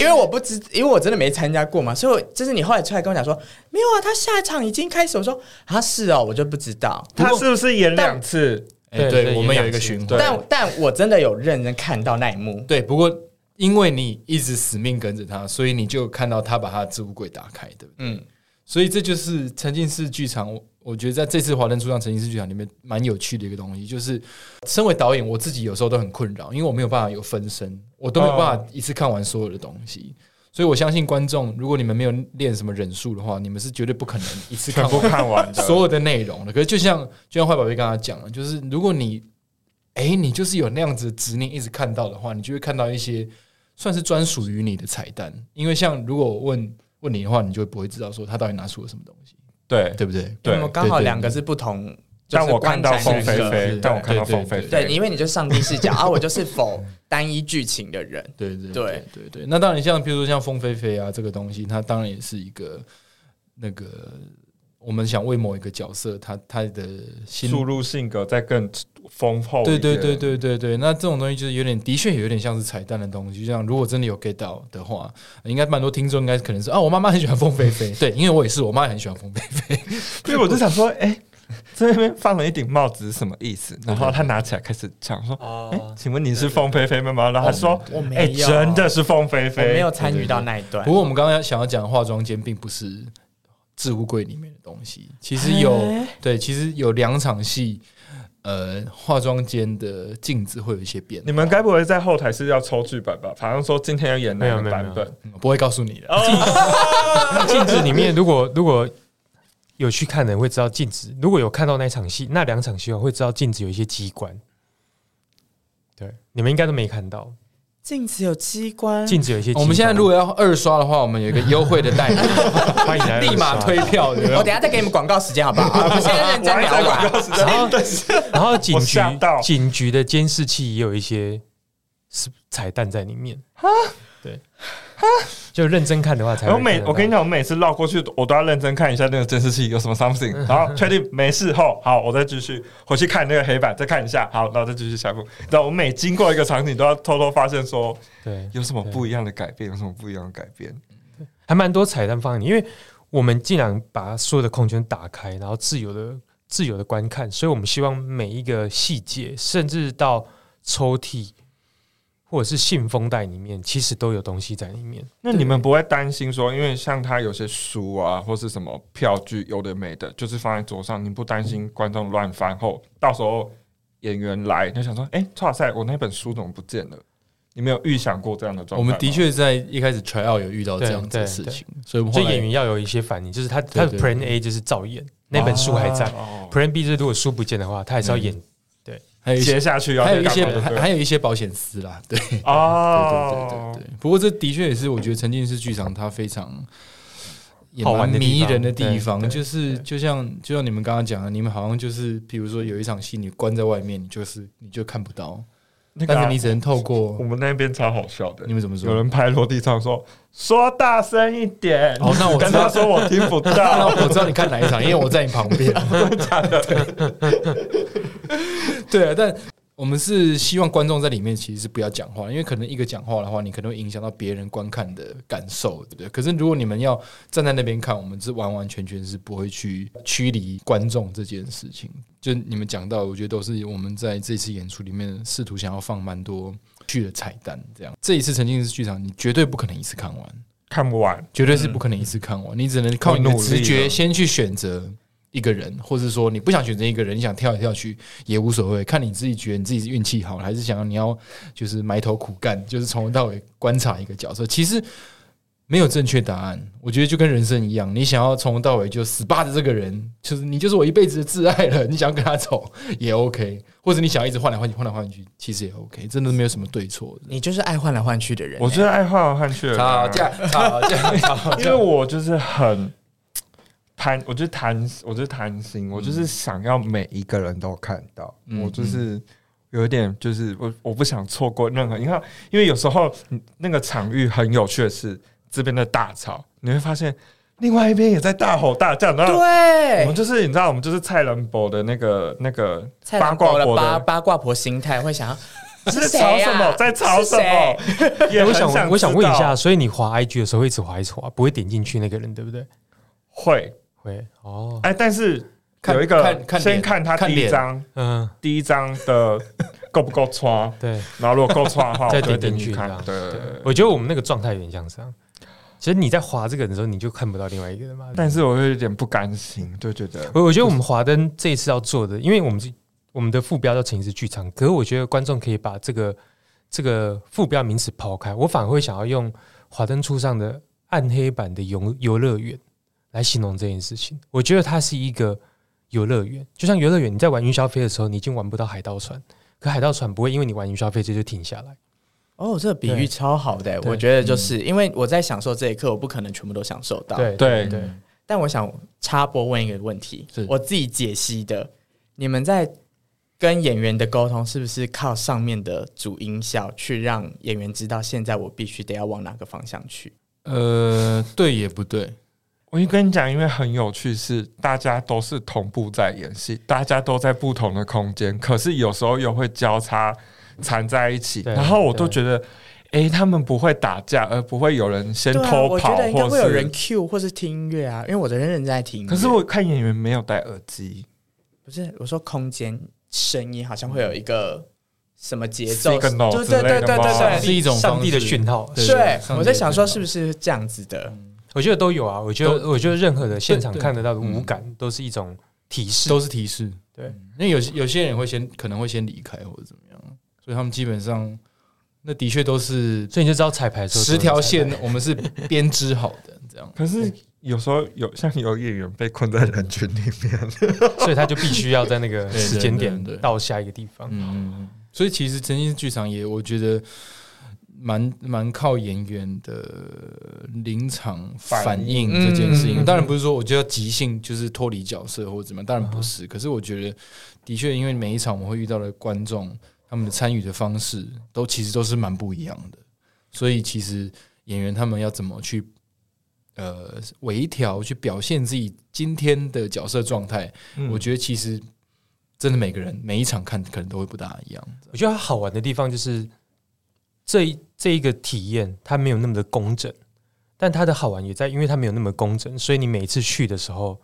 Speaker 4: 因为我不知，因为我真的没参加过嘛，所以我就是你后来出来跟我讲说，没有啊，他下一场已经开始。”我说：“啊，是哦，我就不知道。
Speaker 3: 他是不是演两次？
Speaker 2: 哎、
Speaker 1: 对
Speaker 2: 对，
Speaker 1: 对
Speaker 2: 我们
Speaker 1: 也
Speaker 2: 有一个
Speaker 1: 两次
Speaker 2: 循环，
Speaker 3: 对
Speaker 4: 但但我真的有认真看到那一幕，
Speaker 2: 对，不过因为你一直死命跟着他，所以你就看到他把他的置物柜打开，对不对？
Speaker 4: 嗯，
Speaker 2: 所以这就是沉浸式剧场，我我觉得在这次华灯初上沉浸式剧场里面蛮有趣的一个东西，就是身为导演，我自己有时候都很困扰，因为我没有办法有分身，我都没有办法一次看完所有的东西。所以我相信观众，如果你们没有练什么忍术的话，你们是绝对不可能一次看
Speaker 3: 全
Speaker 2: 完
Speaker 3: 部看完的，
Speaker 2: 所有的内容的。可是就像就像坏宝贝刚刚讲了，就是如果你哎、你就是有那样子的执念一直看到的话，你就会看到一些算是专属于你的彩蛋。因为像如果我问问你的话，你就不会知道说他到底拿出了什么东西，
Speaker 3: 对
Speaker 2: 对不对？
Speaker 3: 对
Speaker 4: 我们刚好
Speaker 2: 对对
Speaker 4: 两个是不同，
Speaker 3: 但我看到
Speaker 4: 就是
Speaker 3: 凤
Speaker 4: 观展
Speaker 3: 飞
Speaker 4: 的一个
Speaker 2: 是
Speaker 3: 飞，但我看到
Speaker 2: 对对
Speaker 3: 凤飞
Speaker 2: 对
Speaker 3: 飞，
Speaker 4: 对，因为你就是上帝视角，而、啊我就是否单一剧情的人。
Speaker 2: 对对
Speaker 4: 对
Speaker 2: 对对。那当然，像比如说像风飞飞啊这个东西，它当然也是一个那个我们想为某一个角色他他的心
Speaker 3: 输入性格再更丰厚一
Speaker 2: 对
Speaker 3: 点。
Speaker 2: 对对对对对，那这种东西就是有点，的确有点像是彩蛋的东西。就像如果真的有 get 到的话，应该蛮多听众应该可能是啊，我妈妈很喜欢凤飞飞， 对，因为我也是，我妈也很喜欢凤飞飞。
Speaker 3: 所以我就想说，哎、这边放了一顶帽子是什么意思？然后他拿起来开始讲说：“哎、请问你是凤飞飞吗？”然后他说：“
Speaker 4: 我没
Speaker 3: 哎、
Speaker 4: 有
Speaker 3: 真的是凤飞
Speaker 4: 我
Speaker 3: 飞，
Speaker 4: 没有参与到那一段
Speaker 2: 不，过我们刚刚想要讲的化妆间并不是置物柜里面的东西，其实有、对，其实有两场戏，呃，化妆间的镜子会有一些变
Speaker 3: 你，们该不会在后台是要抽剧本吧？反正说今天要演哪个
Speaker 1: 没有没有
Speaker 3: 版
Speaker 1: 没有
Speaker 3: 本？
Speaker 2: 嗯不会告诉你的。
Speaker 1: 镜子里面，如果如果有去看的人会知道镜子，如果有看到那场戏，那两场戏会知道镜子有一些机关。对，你们应该都没看到，
Speaker 4: 镜子有机关，
Speaker 1: 镜子有一些机关。
Speaker 2: 哦我们现在如果要二刷的话，我们有一个优惠的代码，
Speaker 1: 欢迎来
Speaker 2: 立马 推票，对不对
Speaker 4: 我等一下再给你们广告时间好 不好？我们现在认
Speaker 3: 我
Speaker 4: 真
Speaker 3: 还
Speaker 4: 聊
Speaker 3: 在广
Speaker 4: 吧。
Speaker 3: 告时间，但是
Speaker 1: 然后警
Speaker 3: 我
Speaker 1: 局
Speaker 3: 吓到
Speaker 1: 警局的监视器也有一些是彩蛋在里面。对，就认真看的话才会
Speaker 3: 我每
Speaker 1: 看得到
Speaker 3: 我跟你讲，我每次绕过去，我都要认真看一下那个监视器有什么 something，然后确定没事后，好，我再继续回去看那个黑板，再看 一下，好，然后再继续下一步。你知道，我每经过一个场景，都要偷偷发现说
Speaker 1: 对
Speaker 3: 有什么不一样的改变，有什么不一样的改变。
Speaker 1: 还蛮多彩蛋放在里，因为我们尽量把所有的空间打开，然后自由的自由的观看，所以我们希望每一个细节，甚至到抽屉或者是信封袋里面，其实都有东西在里面。
Speaker 3: 那你们不会担心说，因为像他有些书啊，或是什么票据，有的没的，就是放在桌上，你不担心观众乱翻后，到时候演员来，就想说，哎、哇塞，我那本书怎么不见了？你没有预想过这样的状
Speaker 2: 我
Speaker 3: 况吗？
Speaker 2: 们的确在一开始 try out 有遇到这
Speaker 1: 对
Speaker 2: 样子的
Speaker 1: 对
Speaker 2: 事
Speaker 1: 对
Speaker 2: 情，所以我们
Speaker 1: 所
Speaker 2: 后
Speaker 1: 以
Speaker 2: 来
Speaker 1: 演员要有一些反应，就是他
Speaker 2: 对
Speaker 1: 他的
Speaker 2: 对
Speaker 1: Plan A 就是照演，那本书还在、
Speaker 3: 哦
Speaker 1: p l a n B 就是如果书不见的话，他还是要演。
Speaker 2: 还有一
Speaker 3: 接
Speaker 2: 些
Speaker 3: 下去要
Speaker 2: 还有一些
Speaker 3: 干嘛
Speaker 2: 还还有一些保险丝啦，对。对
Speaker 3: 哦
Speaker 2: 对，对对对。不过这的确也是我觉得沉浸式剧场它非常也
Speaker 1: 好玩
Speaker 2: 蛮
Speaker 1: 的地
Speaker 2: 迷
Speaker 1: 方
Speaker 2: 人的地
Speaker 1: 对
Speaker 2: 方，
Speaker 1: 对
Speaker 2: 就是就像就像你们刚刚讲的，你们好像就是比如说有一场戏你关在外面，你就是你就看不到，
Speaker 3: 那个啊
Speaker 2: 但是你只能透
Speaker 3: 我
Speaker 2: 过
Speaker 3: 们那边超好笑的
Speaker 2: 你，们怎么说？
Speaker 3: 有人拍落地窗说说大声一点，
Speaker 2: 哦那我
Speaker 3: 跟
Speaker 2: 知道
Speaker 3: 他说我听不
Speaker 2: 那
Speaker 3: 到，
Speaker 2: 我知道你看哪一场，因为我在你旁边。对啊，但我们是希望观众在里面其实是不要讲话，因为可能一个讲话的话，你可能会影响到别人观看的感受，对不对？可是如果你们要站在那边看，我们是完完全全是不会去驱离观众这件事情。就你们讲到，我觉得都是我们在这次演出里面试图想要放蛮多剧的彩蛋，这样。这一次沉浸式剧场，你绝对不可能一次看完。
Speaker 3: 看不完，
Speaker 2: 绝对是不可能一次看完，你只能靠你的直
Speaker 3: 我努力
Speaker 2: 觉
Speaker 3: 了
Speaker 2: 先去选择一个人，或者说你不想选择一个人，你想跳来跳去也无所谓，看你自己觉得你自己是运气好，还是想要你要就是埋头苦干，就是从头到尾观察一个角色。其实没有正确答案，我觉得就跟人生一样，你想要从头到尾就死扒着这个人，就是你就是我一辈子的挚爱了，你想要跟他走 也 OK，或者你想要一直换来换去，换来换去，其实也 OK，真的没有什么对错的。
Speaker 4: 你就是爱换来换去的人、
Speaker 3: 我
Speaker 4: 欸
Speaker 3: 最爱换来换去的人 啊
Speaker 2: 吵架，吵架，吵
Speaker 3: 因
Speaker 2: 架
Speaker 3: 为。我就是很贪，我就是贪，我就是贪心，我就是想要每一个人都看到，
Speaker 2: 嗯
Speaker 3: 我就是。有一点就是我我不想错过任何，你看，因为有时候嗯那个场域很有趣的是，这边的大吵，你会发现另外一边也在大吼大叫，然后我们
Speaker 4: 对，
Speaker 3: 就是你知道，我们就是蔡仁博的那个那个
Speaker 4: 蔡
Speaker 3: 八
Speaker 4: 澜
Speaker 3: 卦
Speaker 4: 婆的
Speaker 3: 博
Speaker 4: 八
Speaker 3: 的，
Speaker 4: 八卦婆心态会想要。
Speaker 3: 在
Speaker 4: 是谁
Speaker 3: 吵什
Speaker 4: 啊
Speaker 3: 么，在吵
Speaker 4: 是
Speaker 3: 什么？也
Speaker 1: 哎我
Speaker 3: 很
Speaker 1: 想
Speaker 3: 想
Speaker 1: 我想
Speaker 3: 知
Speaker 1: 问一
Speaker 3: 道
Speaker 1: 下，，所以你滑 IG 的时候会一直滑一直滑，不会点进去那个人，对不对？
Speaker 3: 会
Speaker 1: 会哦，
Speaker 3: 哎，但是
Speaker 2: 看
Speaker 3: 有一个
Speaker 2: 看看
Speaker 3: 先
Speaker 2: 脸
Speaker 3: 看他
Speaker 2: 看
Speaker 3: 第一
Speaker 2: 脸
Speaker 3: 张，
Speaker 1: 嗯，
Speaker 3: 第一张 的够不够穿，
Speaker 1: 对。
Speaker 3: 然后如果够穿的话，
Speaker 1: 再
Speaker 3: 我就会
Speaker 1: 点进
Speaker 3: 去
Speaker 1: 去
Speaker 3: 看
Speaker 1: 这。样
Speaker 3: 对对对对
Speaker 1: 我觉得我们那个状态有点像这样。其实你在滑这个人的时候，你就看不到另外一个人嘛。
Speaker 3: 但是我会有点不甘心，就觉得
Speaker 1: 我我觉得我们华灯这一次要做的，因为我们是我们的副标叫“城市剧场”，可是我觉得观众可以把这个这个副标名词抛开，我反而会想要用华灯初上的暗黑版的游游乐园来形容这件事情。我觉得它是一个游乐园，就像游乐园，你在玩云霄飞的时候，你已经玩不到海盗船，可海盗船不会因为你玩云霄飞这就停下来。
Speaker 4: 哦，这个比
Speaker 1: 对
Speaker 4: 喻超好的欸、
Speaker 1: 对
Speaker 4: 我觉得就是因为我在享受这一刻，我不可能全部都享受到。，
Speaker 1: 对
Speaker 3: 嗯对
Speaker 1: 对，
Speaker 4: 但我想插播问一个问题
Speaker 2: 是，
Speaker 4: 我自己解析的，你们在跟演员的沟通是不是靠上面的主音效去让演员知道现在我必须得要往哪个方向去？
Speaker 2: 呃，对也不对，
Speaker 3: 我就跟你讲，因为很有趣，是大家都是同步在演戏，大家都在不同的空间，可是有时候又会交叉缠在一起，
Speaker 1: 对
Speaker 3: 然后我都
Speaker 1: 对
Speaker 3: 觉得。诶，他们不会打架，而不会有人先
Speaker 4: 对啊，
Speaker 3: 偷
Speaker 4: 我觉
Speaker 3: 跑，
Speaker 4: 得应该
Speaker 3: 或
Speaker 4: 会有人
Speaker 3: 是。
Speaker 4: cue 或是听音乐啊，因为我的认认真在听音乐。
Speaker 3: 可是我看演员没有戴耳机，
Speaker 4: 不是我说空间声音好像会有一个什么节奏，对
Speaker 3: Signal
Speaker 4: 对对对对
Speaker 3: 之类的吗
Speaker 4: 对，
Speaker 2: 是一种
Speaker 1: 上帝的
Speaker 2: 方式
Speaker 1: 讯号。
Speaker 2: 对
Speaker 4: 对，
Speaker 2: 上
Speaker 4: 我
Speaker 2: 帝
Speaker 4: 在
Speaker 2: 的
Speaker 4: 想
Speaker 2: 讯
Speaker 4: 说
Speaker 2: 号
Speaker 4: 是不是这样子的？
Speaker 1: 我觉得都有啊，我觉得
Speaker 2: 都
Speaker 1: 我觉得任何的现场
Speaker 2: 对对
Speaker 1: 看得到的五感都是一种提示，
Speaker 2: 都是提示。
Speaker 1: 对
Speaker 2: 嗯，因为有些有些人会先可能会先离开或者怎么样，所以他们基本上那的确都是
Speaker 1: 所以你就知道彩排的时候
Speaker 2: 十条线
Speaker 1: 都有彩，
Speaker 2: 我们是编织好的这样。
Speaker 3: 可是有时候有像有演员被困在人群里面，
Speaker 1: 排， 所以他就必须要在那个
Speaker 2: 对对
Speaker 1: 时间点
Speaker 2: 对对
Speaker 1: 到下一个地方。
Speaker 2: 嗯，所以其实曾经剧场也我觉得蛮蛮靠演员的临场反应
Speaker 4: 反应
Speaker 2: 这件事
Speaker 4: 嗯嗯
Speaker 2: 情。
Speaker 4: 嗯
Speaker 2: 当然不是说我就要即兴，就是脱离角色或者怎么样，当然不
Speaker 4: 嗯
Speaker 2: 是。可是我觉得的确，因为每一场我们会遇到的观众，他们的参与的方式都其实都是蛮不一样的，所以其实演员他们要怎么去。呃，微调去表现自己今天的角色状态，
Speaker 3: 嗯
Speaker 2: 我觉得其实真的每个人每一场看可能都会不大一样。
Speaker 1: 我觉得它好玩的地方就是这一这一个体验，它没有那么的工整，但它的好玩也在，因为它没有那么工整，所以你每次去的时候，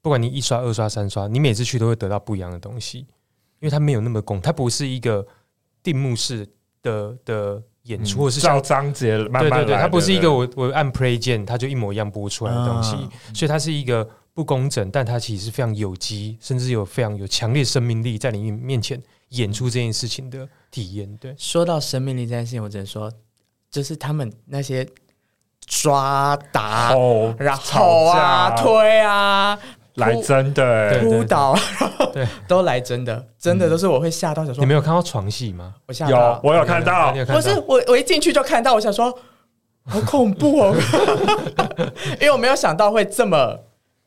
Speaker 1: 不管你一刷、二刷、三刷，你每次去都会得到不一样的东西，因为它没有那么工，它不是一个定目式的的演出，或是像
Speaker 3: 照章节慢
Speaker 1: 对
Speaker 3: 慢来
Speaker 1: 对对，它不是一个
Speaker 3: 对
Speaker 1: 我我按 play 键它就一模一样播出来的东西，
Speaker 4: 啊
Speaker 1: 所以它是一个不工整，但它其实是非常有机，甚至有非常有强烈生命力在你面前演出这件事情的体验。对，
Speaker 4: 说到生命力这件事情，我只能说，就是他们那些抓打、
Speaker 3: 吼
Speaker 4: 然后啊、
Speaker 3: 吵架
Speaker 4: 推啊、
Speaker 3: 来
Speaker 4: 扑
Speaker 3: 真的欸、
Speaker 1: 对
Speaker 4: 扑倒，
Speaker 1: 对
Speaker 4: 都来真的，真的都是我会吓到，想说
Speaker 1: 你没有看到床戏吗？
Speaker 4: 我吓
Speaker 3: 有
Speaker 4: 到，
Speaker 3: 我有看到
Speaker 1: 你有看
Speaker 4: 不
Speaker 1: 到
Speaker 4: 是我我一进去就看到，我想说好恐怖哦， 因为我没有想到会这么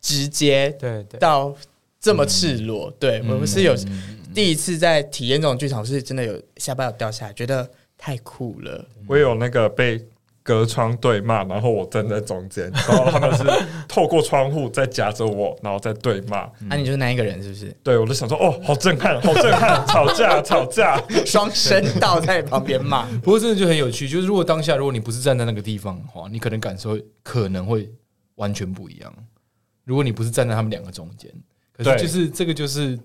Speaker 4: 直接
Speaker 1: 对对，
Speaker 4: 到这么赤裸，对我是有。
Speaker 2: 嗯
Speaker 4: 第一次在体验这种剧场，是真的有下巴有掉下来，觉得太酷了。
Speaker 3: 我有那个被隔窗对骂，然后我站在中间，然后他们是透过窗户在夹着我，然后在对骂。
Speaker 1: 嗯
Speaker 4: 那、啊你就是那一个人，是不是？
Speaker 3: 对，我就想说，哦，好震撼，好 震撼，吵架，吵架。
Speaker 4: 双声道在旁 边骂，
Speaker 2: 不过真的就很有趣，就是如果当下如果你不是站在那个地方的话，你可能感受可能会完全不一样。如果你不是站在他们两个中间，可
Speaker 3: 对
Speaker 2: 是就是这个就是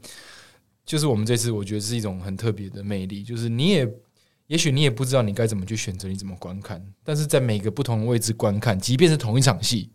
Speaker 2: 就是我们这次我觉得是一种很特别的魅力，就是你也也许你也不知道你该怎么去选择你怎么观看，但是在每个不同的位置观看，即便是同一场戏，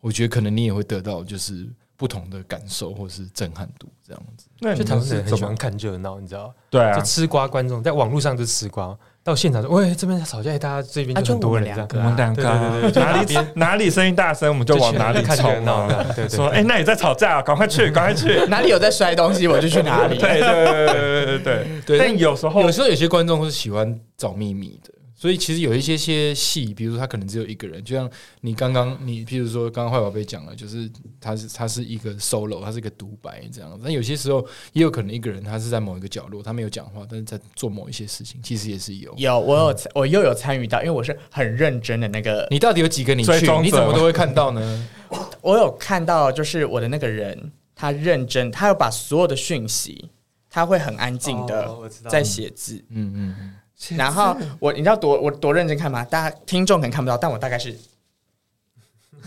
Speaker 2: 我觉得可能你也会得到就是不同的感受或是震撼度这样子。
Speaker 3: 那
Speaker 1: 就
Speaker 3: 你
Speaker 1: 台
Speaker 3: 们
Speaker 1: 湾
Speaker 3: 是
Speaker 1: 人很
Speaker 3: 怎
Speaker 1: 喜欢
Speaker 3: 么？
Speaker 1: 看热闹，你知道，
Speaker 3: 对啊
Speaker 1: 就，吃瓜观众，在网络上就吃瓜，到现场说，喂，这边在吵架，哎大家这边
Speaker 4: 啊
Speaker 1: 就
Speaker 4: 就
Speaker 1: 很多人
Speaker 4: 我
Speaker 1: 这样
Speaker 4: 们两。个
Speaker 3: 我们两个啊
Speaker 1: 对对对对
Speaker 3: 哪
Speaker 1: 就哪
Speaker 3: 里哪里声音大声，我们就往哪里
Speaker 1: 看
Speaker 3: 冲
Speaker 1: 热闹
Speaker 3: 啊。
Speaker 1: 的，对对
Speaker 3: 说，哎，那你在吵架啊，赶快去，赶 快去。
Speaker 4: 哪里有在摔东西我就去哪里
Speaker 3: 对。对对对对对对。
Speaker 2: 对
Speaker 3: 但有时候
Speaker 2: 有时候有些观众是喜欢找秘密的，所以其实有一些些戏，比如说他可能只有一个人，就像你刚刚你，譬如说刚刚坏宝贝讲了，就是他是他是一个 solo，他是一个独白这样子。但有些时候也有可能一个人他是在某一个角落，他没有讲话，但是在做某一些事情，其实也是有。
Speaker 4: 有我有我又有参与到，因为我是很认真的那个，
Speaker 2: 你到底有几个你
Speaker 3: 追
Speaker 2: 去
Speaker 3: 踪？者
Speaker 2: 你怎么都会看到呢？
Speaker 4: 我有看到就是我的那个人，他认真，他要把所有的讯息，他会很安静
Speaker 1: 哦我
Speaker 4: 的
Speaker 1: 知道
Speaker 4: 在写字。
Speaker 2: 嗯嗯嗯，
Speaker 4: 然后我你知道多我多认真看吗？大家听众可能看不到，但我大 概是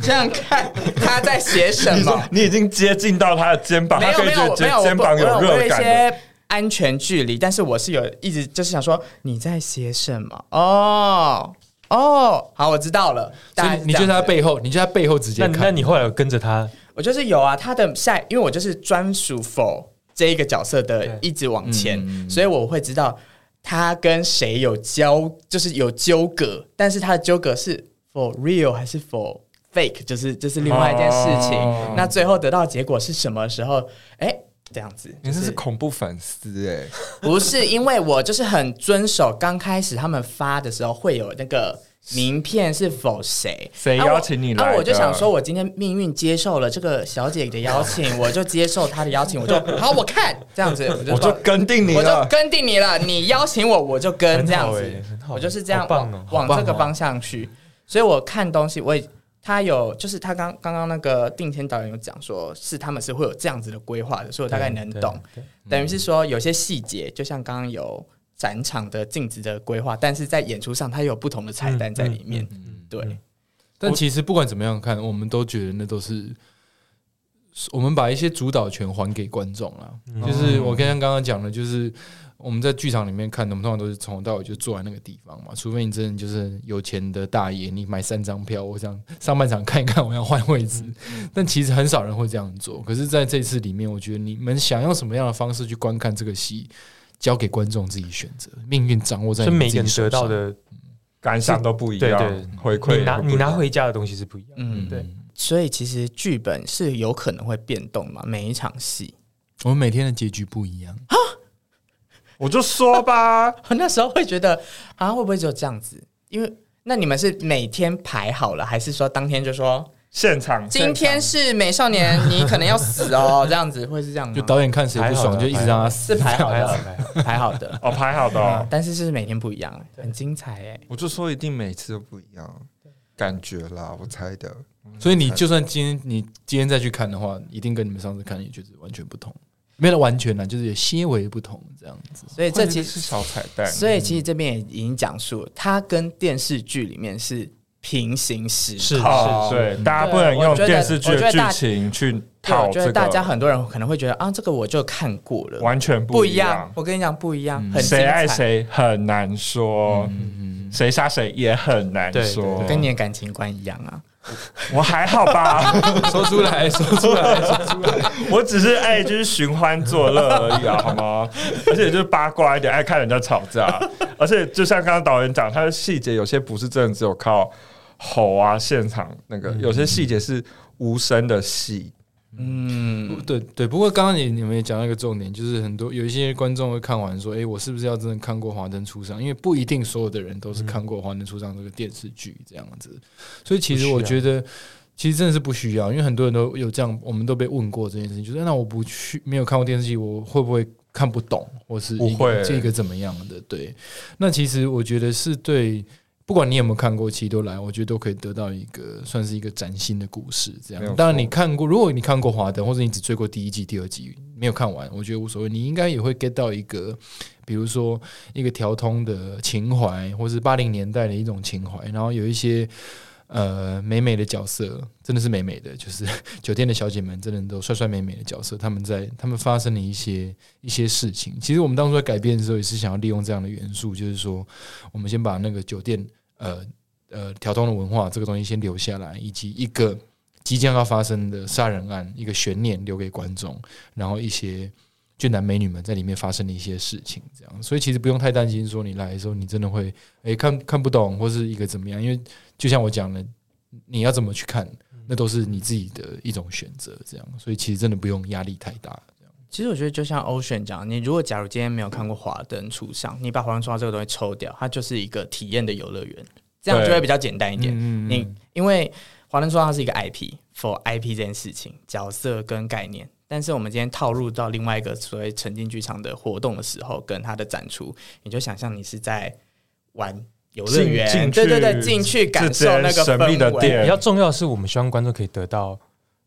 Speaker 4: 这样看他在写什
Speaker 3: 你说
Speaker 4: 么。
Speaker 3: 你已经接近到他的肩膀，
Speaker 4: 没
Speaker 3: 他
Speaker 4: 有
Speaker 3: 可
Speaker 4: 没
Speaker 3: 以
Speaker 4: 有
Speaker 3: 觉
Speaker 4: 没有，
Speaker 3: 得
Speaker 4: 我
Speaker 3: 肩
Speaker 4: 不
Speaker 3: 膀
Speaker 4: 我
Speaker 3: 热
Speaker 4: 一
Speaker 3: 感的。
Speaker 4: 些安全距离，但是我是有一直就是想说你在写什么哦哦，好，我知道了。
Speaker 2: 所
Speaker 4: 大概
Speaker 2: 以
Speaker 4: 是
Speaker 2: 你
Speaker 4: 这
Speaker 2: 就
Speaker 4: 样
Speaker 2: 在他
Speaker 4: 子，
Speaker 2: 背后，你就在背后直
Speaker 1: 那
Speaker 2: 接
Speaker 1: 那
Speaker 2: 看。
Speaker 1: 你后来有跟着他
Speaker 4: 我就是有啊，他的下，因为我就是专属否这一个角色
Speaker 1: 对
Speaker 4: 的一直往前，
Speaker 2: 嗯
Speaker 4: 所以我会知道他跟谁有交，就是有纠葛，但是他的纠葛是 for real 还是 for fake，就是这、是另外一件事情。
Speaker 3: 哦
Speaker 4: 那最后得到的结果是什么时候？哎、这样子，
Speaker 6: 你
Speaker 4: 就
Speaker 6: 这
Speaker 4: 是
Speaker 6: 是恐怖粉丝哎、
Speaker 4: 不是因为我就是很遵守，刚开始他们发的时候会有那个名片是否谁
Speaker 3: 谁邀请你来
Speaker 4: 啊
Speaker 3: 的
Speaker 4: 我？啊我就想说，我今天命运接受了这个小姐的邀请，我就接受她的邀请，我就 好，我看这样子，我
Speaker 3: 我就跟定你
Speaker 4: 我
Speaker 3: 了
Speaker 4: 就。跟定你了，你邀请我我就
Speaker 1: 很
Speaker 4: 跟
Speaker 1: 好
Speaker 4: 这样子
Speaker 1: 欸很，好
Speaker 4: 我就是这样
Speaker 1: 好棒
Speaker 4: 往、
Speaker 1: 哦好
Speaker 4: 往
Speaker 1: 棒
Speaker 4: 这个
Speaker 1: 哦
Speaker 4: 方向去。所以我看东西，我也他有就是他刚刚刚那个定天导演有讲说，是他们是会有这样子的规划的，所以我大概能懂。。
Speaker 1: 对对
Speaker 4: 等于是说有些细节，就像刚刚有展场的镜子的规划，但是在演出上它有不同的彩蛋在里面。
Speaker 2: 嗯
Speaker 4: 对，
Speaker 2: 但其实不管怎么样看，我们都觉得那都是我们把一些主导权还给观众了。
Speaker 1: 嗯
Speaker 2: 就是我刚刚刚刚讲的，就是我们在剧场里面看，我们通常都是从头到尾就坐在那个地方嘛，除非你真的就是有钱的大爷，你买三张票，我想上半场看一看，我要换位置。
Speaker 1: 嗯
Speaker 2: 但其实很少人会这样做。可是在这次里面，我觉得你们想用什么样的方式去观看这个戏，交给观众自己选择，命运掌握在
Speaker 1: 所以
Speaker 2: 你们
Speaker 1: 每个
Speaker 2: 自己
Speaker 1: 人
Speaker 2: 手
Speaker 1: 得到
Speaker 2: 上。
Speaker 1: 的，
Speaker 3: 感想都不一样，
Speaker 1: 对对
Speaker 3: 回馈
Speaker 1: 你拿
Speaker 3: 也不一
Speaker 1: 你拿
Speaker 3: 样
Speaker 1: 回家的东西是不一样。
Speaker 4: 嗯，
Speaker 1: 对
Speaker 4: 所以其实剧本是有可能会变动嘛，每一场戏。
Speaker 2: 我们每天的结局不一样。
Speaker 3: 我就说吧，
Speaker 4: 我那时候会觉得啊，会不会只有这样子？因为那你们是每天排好了，还是说当天就说
Speaker 3: 现场
Speaker 4: 今天是美少年，你可能要死哦，这样子会是这样吗？
Speaker 2: 就导演看谁不爽，就一直让他死。
Speaker 4: 是排好
Speaker 1: 还好
Speaker 4: 的，
Speaker 1: 还好
Speaker 4: 排好的。嗯
Speaker 3: 哦排好的、哦，
Speaker 4: 但是是每天不一样，很精彩哎、
Speaker 6: 我就说一定每次都不一样，感觉啦，我猜的。
Speaker 2: 所以你就算今天你今天再去看的话，一定跟你们上次看也就是完全不同，没有完全啦，就是有些微不同这样子。
Speaker 4: 所以这
Speaker 3: 其
Speaker 4: 其
Speaker 3: 实
Speaker 4: 实
Speaker 3: 是小彩蛋，
Speaker 4: 所以其实这边也已经讲述了，它跟电视剧里面是平行时
Speaker 1: 是
Speaker 4: 空。
Speaker 3: 好，对，大家不能
Speaker 4: 对我
Speaker 3: 用
Speaker 4: 觉得
Speaker 3: 电视剧
Speaker 4: 我觉
Speaker 3: 的
Speaker 4: 得
Speaker 3: 剧
Speaker 4: 大
Speaker 3: 情去
Speaker 4: 对，我
Speaker 3: 套
Speaker 4: 觉
Speaker 3: 这
Speaker 4: 得大家
Speaker 3: 个，
Speaker 4: 很多人可能会觉得啊，这个我就看过了，
Speaker 3: 完全
Speaker 4: 不
Speaker 3: 一嗯
Speaker 4: 一样。。我跟你讲，不一样，很
Speaker 3: 谁
Speaker 4: 精
Speaker 3: 爱
Speaker 4: 彩？
Speaker 3: 谁很难说，谁杀谁也很难
Speaker 1: 对
Speaker 3: 说。
Speaker 4: 跟你的感情观一样啊。
Speaker 3: 我还好吧，
Speaker 2: 说出来， 说出来，说出来。
Speaker 3: 我只是爱就是寻欢作乐而已啊，好吗？而且就是八卦一点，爱看人家吵架。而且就像刚刚导演讲，他的细节有些不是真的只有靠吼啊，现场那个有些细节是无声的戏。
Speaker 4: 嗯，
Speaker 2: 对对，不过刚刚你你们也讲到一个重点，就是很多有一些观众会看完说，哎、我是不是要真的看过《华灯初上》？因为不一定所有的人都是看过《华灯初上》这个电视剧这样子，所以其实我觉得。其实真的是不需要，因为很多人都有这样，我们都被问过这件事情，就是那我不去没有看过电视剧，我会不会看不懂，或是
Speaker 3: 不
Speaker 2: 一个
Speaker 3: 会
Speaker 2: 这个怎么样的？对，那其实我觉得是对，不管你有没有看过《奇都来》，我觉得都可以得到一个算是一个崭新的故事。这
Speaker 3: 没有
Speaker 2: 样，
Speaker 3: 错
Speaker 2: 当然你看过，如果你看过《华灯》，或者你只追过第一季、第二季没有看完，我觉得无所谓，你应该也会 get 到一个，比如说一个调通的情怀，或是八零年代的一种情怀，然后有一些。呃，美美的角色真的是美美的，就是 酒店的小姐们，真的都帅帅美美的角色。他们在他们发生了一些一些事情。其实我们当初在改编的时候，也是想要利用这样的元素，就是说，我们先把那个酒店呃呃调通的文化这个东西先留下来，以及一个即将要发生的杀人案一个悬念留给观众，然后一些俊男美女们在里面发生的一些事情，这样，所以其实不用太担心说你来的时候你真的会诶、看看不懂或是一个怎么样，因为就像我讲的，你要怎么去看，那都是你自己的一种选择，这样，所以其实真的不用压力太大。
Speaker 4: 其实我觉得就像 Ocean 讲，你如果假如今天没有看过《华灯初上》，你把《华灯初上》这个东西抽掉，它就是一个体验的游乐园，这样
Speaker 3: 对
Speaker 4: 就会比较简单一点。
Speaker 2: 嗯
Speaker 4: 你因为《华灯初上》它是一个 IP，for IP 这件事情，角色跟概念。但是我们今天套入到另外一个所谓沉浸剧场的活动的时候，跟它的展出，你就想象你是在玩游乐
Speaker 3: 进
Speaker 4: 园，
Speaker 3: 进
Speaker 4: 对对
Speaker 3: 去
Speaker 4: 对，进去感受那
Speaker 3: 这
Speaker 4: 个
Speaker 3: 间神秘的
Speaker 4: 氛围
Speaker 3: 店
Speaker 1: 比较重要的是，我们希望观众可以得到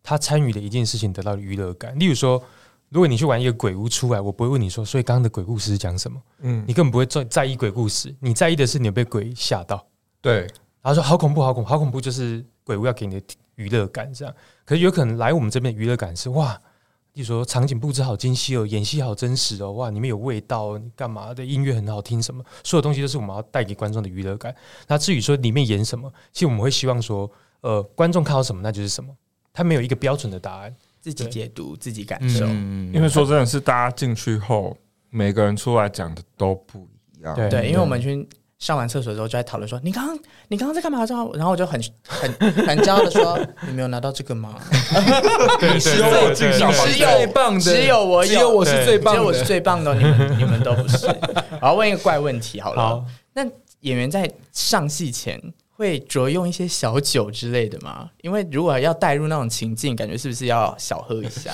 Speaker 1: 他参与的一件事情得到的娱乐感。例如说，如果你去玩一个鬼屋出来，我不会问你说，所以刚刚的鬼故事是讲什么，
Speaker 3: 嗯，
Speaker 1: 你根本不会在在意鬼故事，你在意的是你有被鬼吓到。
Speaker 3: 对，
Speaker 1: 然后说好恐怖，好恐怖，好恐怖，就是鬼屋要给你的娱乐感这样。可是有可能来我们这边的娱乐感是哇，例如说场景布置好精细哦，演戏好真实哦，哇，里面有味道、哦，你干嘛的音乐很好听，什么所有东西都是我们要带给观众的娱乐感。那至于说里面演什么，其实我们会希望说，呃，观众看到什么那就是什么，它没有一个标准的答案。
Speaker 4: 自己解读、自己感受。
Speaker 2: 嗯，
Speaker 3: 因为说真的是，大家进去后，每个人出来讲的都不一样。
Speaker 1: 对
Speaker 4: 对，因为我们去上完厕所之后就在讨论说，你刚刚你刚刚在干嘛？然后我就很 很很骄傲的说，你没有拿到这个吗？
Speaker 3: 你是用我进小
Speaker 4: 你
Speaker 3: 房
Speaker 4: 是
Speaker 3: 间
Speaker 4: 有
Speaker 2: 最棒的
Speaker 4: 只有我有，
Speaker 2: 只有我是最棒的
Speaker 4: 只有我是最棒的，你们你们都不是。我要问一个怪问题好了，
Speaker 1: 好，
Speaker 4: 演员在上戏前。会着用一些小酒之类的吗？因为如果要带入那种情境，感觉是不是要小喝 一下？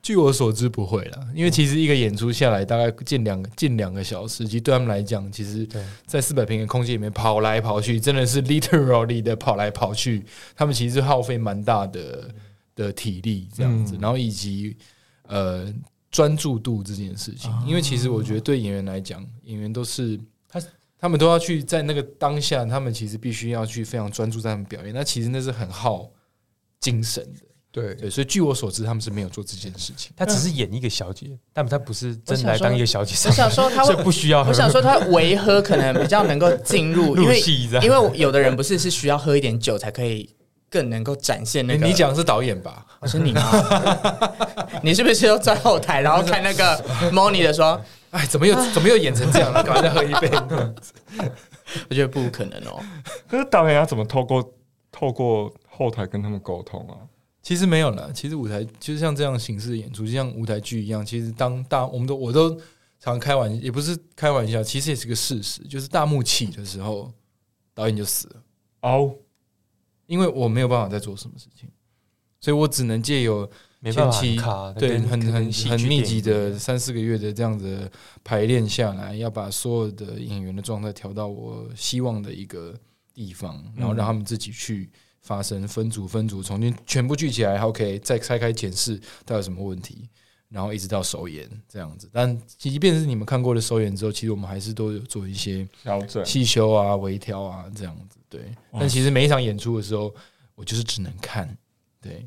Speaker 2: 据我所知不会啦，因为其实一个演出下来大概近两个近两个小时，其实对他们来讲，其实
Speaker 1: 对，
Speaker 2: 在四百平的空间里面跑来跑去，真的是 literally 的跑来跑去，他们其实耗费蛮大的的体力这样子，然后以及呃专注度这件事情，因为其实我觉得对演员来讲，演员都是他他们都要去在那个当下，他们其实必须要去非常专注在他们表演，那其实那是很耗精神的，
Speaker 3: 对，
Speaker 2: 对，所以据我所知，他们是没有做这件事情。
Speaker 1: 他只是演一个小姐，但他不是真的来当一个小姐
Speaker 4: 我
Speaker 1: 上
Speaker 4: 想
Speaker 1: 班，
Speaker 4: 说他
Speaker 1: 所以
Speaker 4: 会
Speaker 1: 不需要喝
Speaker 4: 我想说，他维喝可能比较能够进入，因
Speaker 1: 入
Speaker 4: 为
Speaker 1: 戏这样
Speaker 4: 因为有的人不是是需要喝一点酒才可以更能够展现那个。
Speaker 2: 你讲的是导演吧？
Speaker 4: 我说你吗？你是不是都在后台，然后看那个 Moni 的说，
Speaker 2: 哎，怎么又怎么又演成这 样了？ 赶快再喝一杯。
Speaker 4: 我觉得不可能哦。
Speaker 3: 可是导演要怎么透过透过后台跟他们沟通啊？
Speaker 2: 其实没有啦，其实舞台就是像这样形式的演出，就像舞台剧一样。其实当大我们都我都常开玩，也不是开玩笑，其实也是个事实，就是大幕起的时候，导演就死了，
Speaker 3: 哦，
Speaker 2: 因为我没有办法再做什么事情，所以我只能借由
Speaker 1: 没办
Speaker 2: 前
Speaker 1: 法
Speaker 2: 期
Speaker 1: 卡，
Speaker 2: 对
Speaker 1: 跟
Speaker 2: 很
Speaker 1: 跟
Speaker 2: 很
Speaker 1: 戏
Speaker 2: 很
Speaker 1: 剧
Speaker 2: 密
Speaker 1: 电
Speaker 2: 集
Speaker 1: 影一
Speaker 2: 的
Speaker 1: 样
Speaker 2: 三四个月的这样子排练下来，要把所有的演员的状态调到我希望的一个地方，
Speaker 1: 嗯
Speaker 2: 然后让他们自己去发生分组分组，重新全部聚起来，OK，再拆开检视到底有什么问题，然后一直到首演这样子。但即便是你们看过的首演之后，其实我们还是都有做一些
Speaker 3: 调整。
Speaker 2: 细修啊、微调啊这样子。对，但其实每一场演出的时候，我就是只能看。对，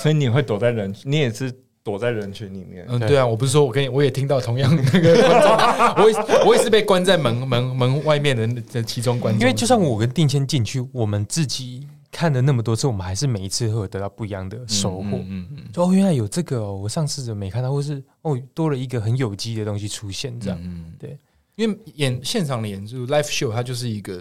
Speaker 3: 所以你会躲在人，你也是躲在人群里面。
Speaker 2: 嗯，对啊，我不是说我跟你，我也听到同样那个观众，我也 是我也是被关在门门门外面的那的其中观众，
Speaker 1: 因为就算我跟定谦进去，我们自己看了那么多次，我们还是每一次会有得到不一样的收获。
Speaker 2: 嗯嗯嗯，
Speaker 1: 就哦，原来有这个哦，我上次怎么没看到，或是哦，多了一个很有机的东西出现，这
Speaker 2: 这样
Speaker 1: 样、，
Speaker 2: 嗯，
Speaker 1: 对。
Speaker 2: 因为演现场的演出 live show，它就是一个，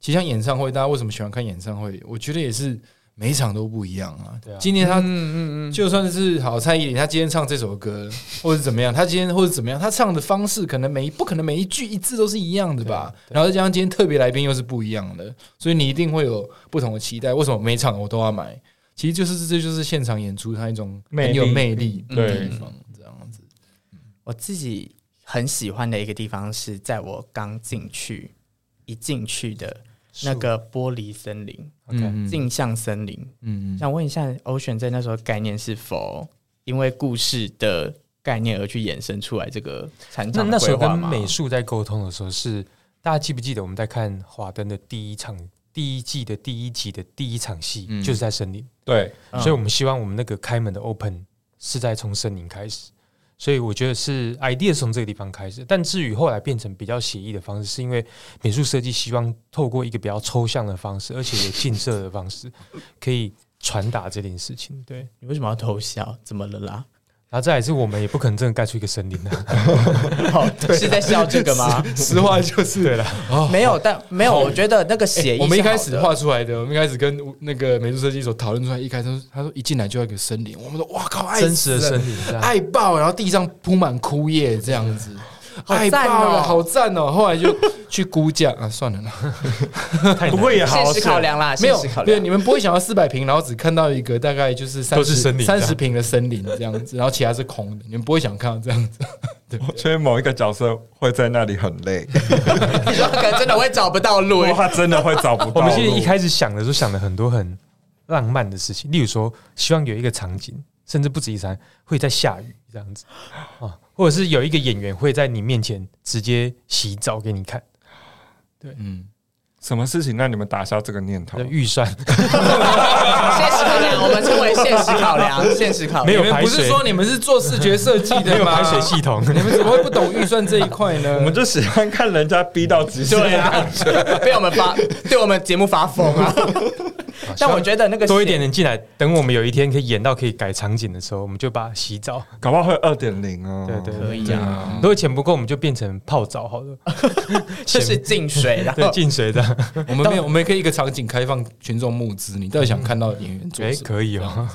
Speaker 2: 其实像演唱会，大家为什么喜欢看演唱会？我觉得也是每一场都不一样啊。
Speaker 1: 对啊
Speaker 2: 今天他
Speaker 4: 嗯嗯嗯，
Speaker 2: 就算是好蔡依林，她今天唱这首歌， 或者怎么样，她今天或者怎么样，她唱的方式可能每一不可能每一句一字都是一样的吧。然后再加上今天特别来宾又是不一样的，所以你一定会有不同的期待。为什么每一场我都要买？其实就是这就是现场演出它一种
Speaker 3: 魅
Speaker 2: 很
Speaker 3: 力
Speaker 2: 有魅力的
Speaker 3: 对
Speaker 2: 地方，这样子。
Speaker 4: 我自己很喜欢的一个地方是在我刚进去一进去的那个玻璃森林，
Speaker 1: OK，
Speaker 4: 镜像森林。
Speaker 2: 嗯，
Speaker 4: 想问一下，Ocean 在那时候概念是否因为故事的概念而去衍生出来这个产
Speaker 1: 那
Speaker 4: 场
Speaker 1: 那
Speaker 4: 的
Speaker 1: 时
Speaker 4: 规
Speaker 1: 候
Speaker 4: 划
Speaker 1: 跟
Speaker 4: 吗？
Speaker 1: 美术在沟通的时候是，大家记不记得我们在看《华灯》的第一场、第一季的第一集的第一场戏，
Speaker 2: 嗯
Speaker 1: 就是在森林，
Speaker 3: 对，
Speaker 4: 嗯
Speaker 1: 所以我们希望我们那个开门的 open 是在从森林开始。所以我觉得是 idea 是从这个地方开始，但至于后来变成比较写意的方式，是因为美术设计希望透过一个比较抽象的方式，而且有近色的方 式，可以传达这件事情。对，
Speaker 4: 你为什么要偷笑？怎么了啦？
Speaker 1: 然后再来是我们也不可能真的盖出一个森林的、啊，
Speaker 4: 哦，是在笑这个吗？
Speaker 2: 实话 就是对了。
Speaker 4: 没有，但没有，我觉得那个写意是好的，
Speaker 2: 哎我们一开始画出来的，我们一开始跟那个美术设计所讨论出来，一开始他说一进来就要一个森林，我们说哇靠，爱
Speaker 1: 真实的
Speaker 2: 死了
Speaker 1: 森林这样。
Speaker 2: 爱爆，然后地上铺满枯叶这样子，爱
Speaker 4: 赞哦
Speaker 2: 爆了，好赞哦！后来就去估价啊，算了啦，
Speaker 3: 不过也好
Speaker 4: 现
Speaker 3: 好
Speaker 4: 实
Speaker 3: 写
Speaker 4: 考量啦，
Speaker 2: 没
Speaker 4: 现
Speaker 2: 有
Speaker 4: 实考，
Speaker 2: 对，
Speaker 4: 量。
Speaker 2: 你们不会想要四百平，然后只看到一个大概就是三
Speaker 1: 都是森林这
Speaker 2: 三
Speaker 1: 样
Speaker 2: 十平的森林这样子，然后其他是空的，你们不会想看到这样子，
Speaker 3: 所以某一个角色会在那里很累，
Speaker 4: 你说 可能真的会找不到路
Speaker 3: 不，过他真的会找不到路。
Speaker 1: 我们现在一开始想的时候，想了很多很浪漫的事情，例如说，希望有一个场景，甚至不止一场，会在下雨这样子啊，或者是有一个演员会在你面前直接洗澡给你看，
Speaker 2: 嗯，
Speaker 3: 什么事情让你们打消这个念头
Speaker 1: 那？预算
Speaker 4: 现实考量，我们称为现实考量，现实考量。
Speaker 1: 没有
Speaker 2: 你们
Speaker 1: 排
Speaker 2: 不是
Speaker 1: 水，
Speaker 2: 说你们是做视觉设计
Speaker 1: 没
Speaker 2: 的
Speaker 1: 有
Speaker 2: 吗？
Speaker 1: 排水系统，
Speaker 2: 你们怎么会不懂预算这一块 呢？
Speaker 3: 我们就喜欢看人家逼到极限。
Speaker 4: 对啊，被我们发，对我们节目发疯啊！但我觉得那个
Speaker 1: 多一点人进来，等我们有一天可以演到可以改场景的时候，我们就把洗澡，
Speaker 3: 搞不好会二点零哦。
Speaker 1: 对对
Speaker 4: 可
Speaker 1: 对。
Speaker 4: 以啊，
Speaker 1: 如果钱不够，我们就变成泡澡好了，
Speaker 4: 就是进水，然
Speaker 1: 嗯对，
Speaker 4: 后
Speaker 1: 进水的，哎
Speaker 2: 我们没有，我们也可以一个场景开放群众募资，你到底想看到演员做
Speaker 1: 哎，
Speaker 2: 什么？
Speaker 1: 可以哦，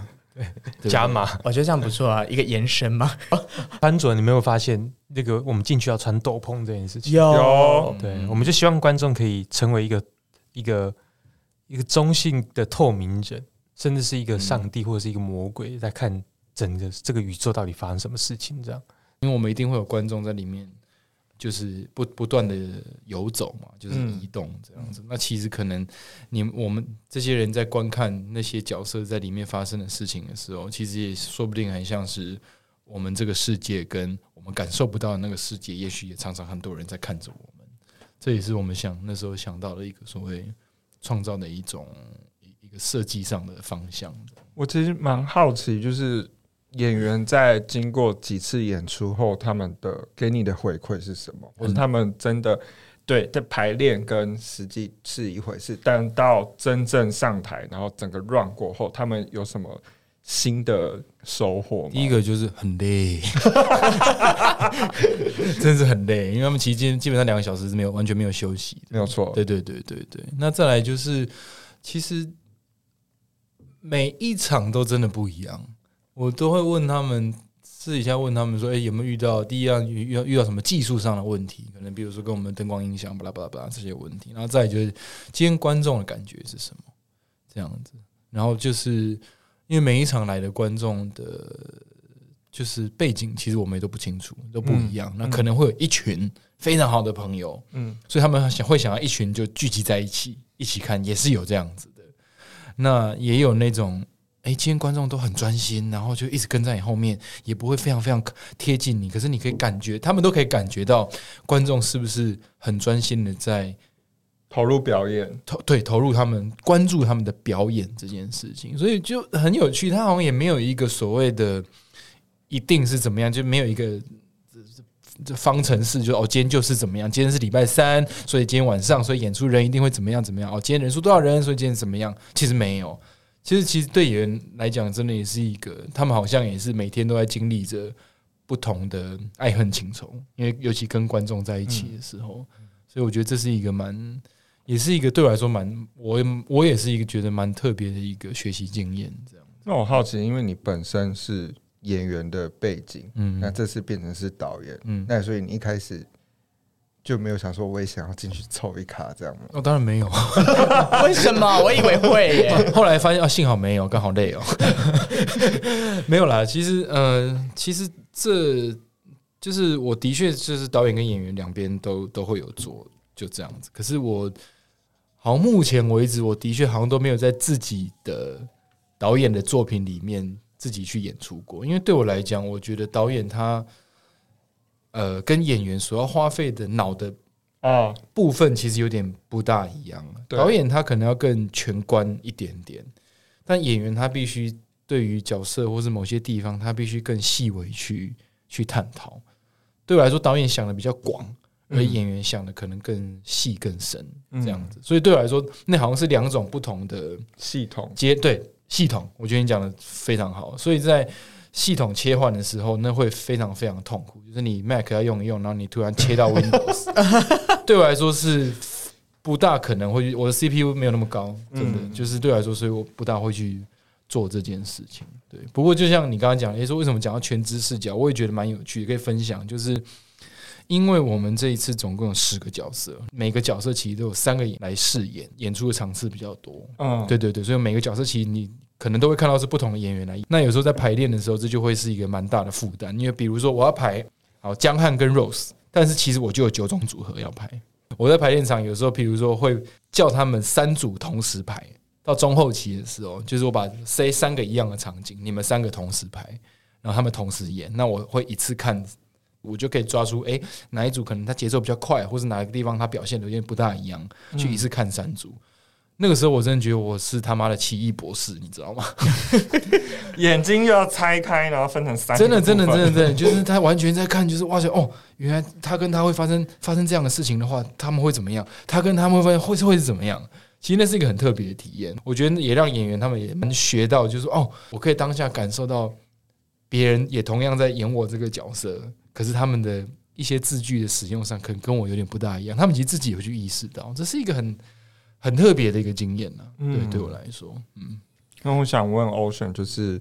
Speaker 2: 对
Speaker 1: 加码。
Speaker 4: 我觉得这样不错啊，一个延伸嘛。
Speaker 1: 班主任，你没有发现那个我们进去要穿斗篷这件事情？
Speaker 3: 有
Speaker 1: 对，我们就希望观众可以成为一个一个一个中性的透明人，甚至是一个上帝或者是一个魔鬼，在看整个这个宇宙到底发生什么事情。这样，
Speaker 2: 因为我们一定会有观众在里面，就是不不断的游走嘛，就是移动这样子。那其实可能你我们这些人在观看那些角色在里面发生的事情的时候，其实也说不定很像是我们这个世界跟我们感受不到的那个世界，也许也常常很多人在看着我们。这也是我们想那时候想到的一个所谓创造的一种一一个设计上的方向。
Speaker 3: 我其实蛮好奇，就是演员在经过几次演出后，他们的给你的回馈是什么？或
Speaker 2: 嗯
Speaker 3: 者他们真的对在排练跟实际是一回事，但到真正上台，然后整个 run 过后，他们有什么新的收获吗？
Speaker 2: 第一个就是很累， 真是很累，因为他们期间基本上两个小时是没有完全没有休息的。
Speaker 3: 没有错，
Speaker 2: 对对对对对，那再来就是，其实每一场都真的不一样，我都会问他们。私底下问他们说：“哎、有没有遇到第一样遇遇到遇到什么技术上的问题？可能比如说跟我们灯光、音响、巴拉巴拉巴拉这些问题。然后再来就是今天观众的感觉是什么？这样子。然后就是因为每一场来的观众的，就是背景，其实我们也都不清楚，都不一样。那可能会有一群非常好的朋友，
Speaker 3: 嗯，
Speaker 2: 所以他们想会想要一群就聚集在一起，一起看，也是有这样子的。那也有那种哎，今天观众都很专心，然后就一直跟在你后面，也不会非常非常贴近你，可是你可以感觉，他们都可以感觉到观众是不是很专心的在
Speaker 3: 投入表演，
Speaker 2: 投对投入他们关注他们的表演这件事情，所以就很有趣。他好像也没有一个所谓的一定是怎么样，就没有一个这这这方程式，就哦，今天就是怎么样，今天是礼拜三，所以今天晚上，所以演出人一定会怎么样怎么样。哦，今天人数多少人，所以今天怎么样？其实没有。其实，其实对演员来讲，真的也是一个，他们好像也是每天都在经历着不同的爱恨情仇，因为尤其跟观众在一起的时候，所以我觉得这是一个蛮也是一个对我来说蛮，我也我也是一个觉得蛮特别的一个学习经验，这样。
Speaker 3: 那我好奇，因为你本身是演员的背景，
Speaker 2: 嗯
Speaker 3: 那这次变成是导演，
Speaker 2: 嗯，
Speaker 3: 那所以你一开始就没有想说我也想要进去凑一卡这样吗？
Speaker 2: 哦，当然没有。
Speaker 4: 为什么？我以为会耶。
Speaker 2: 后来发现啊，幸好没有，刚好累哦。哦 没有啦，其实，呃，其实这就是我的确就是导演跟演员两边都都会有做，就这样子。可是我好像目前为止，我的确好像都没有在自己的导演的作品里面自己去演出过，因为对我来讲，我觉得导演他呃跟演员所要花费的脑的
Speaker 3: 啊，
Speaker 2: 部分其实有点不大一样。
Speaker 3: 对
Speaker 2: 导演他可能要更全观一点点，但演员他必须对于角色或是某些地方，他必须更细微去去探讨。对我来说，导演想的比较广，而演员想的可能更细更深，这样子。所以对我来说，那好像是两种不同的
Speaker 3: 系统
Speaker 2: 接对系统，我觉得你讲的非常好。所以在系统切换的时候，那会非常非常痛苦，就是你 Mac 要用一用，然后你突然切到 Windows，对我来说是不大可能会去，我的 CPU 没有那么高，真的、就是对我来说，所以我不大会去做这件事情。对，不过就像你刚刚讲，诶、说为什么讲到全知视角，我也觉得蛮有趣的，可以分享，就是。因为我们这一次总共有十个角色，每个角色其实都有三个演来饰演，演出的场次比较多。
Speaker 3: 嗯
Speaker 2: 对对对，所以每个角色其实你可能都会看到是不同的演员来演。那有时候在排练的时候，这就会是一个蛮大的负担，因为比如说我要排好江汉跟 Rose，但是其实我就有九种组合要排。我在排练场有时候，比如说会叫他们三组同时排，到中后期的时候，就是我把 C 三个一样的场景，你们三个同时排，然后他们同时演，那我会一次看。我就可以抓出，哎、哪一组可能他节奏比较快，或是哪个地方他表现的有点不大一样，去一次看三组。那个时候我真的觉得我是他妈的奇异博士，你知道吗？
Speaker 3: 眼睛又要拆开，然后分成三个
Speaker 2: 真的，真的，
Speaker 3: 部
Speaker 2: 真
Speaker 3: 分
Speaker 2: 的，真的，就是他完全在看，就是哇塞，哦，原来他跟他会发生发生这样的事情的话，他们会怎么样？他跟他们会会是会是怎么样？其实那是一个很特别的体验，我觉得也让演员他们也能学到，就是说哦，我可以当下感受到别人也同样在演我这个角色，可是他们的一些字句的使用上，可能跟我有点不大一样。他们其实自己有去意识到，这是一个很很特别的一个经验呢、对，
Speaker 3: 嗯
Speaker 2: 对我来说，嗯。
Speaker 3: 那我想问 Ocean，就是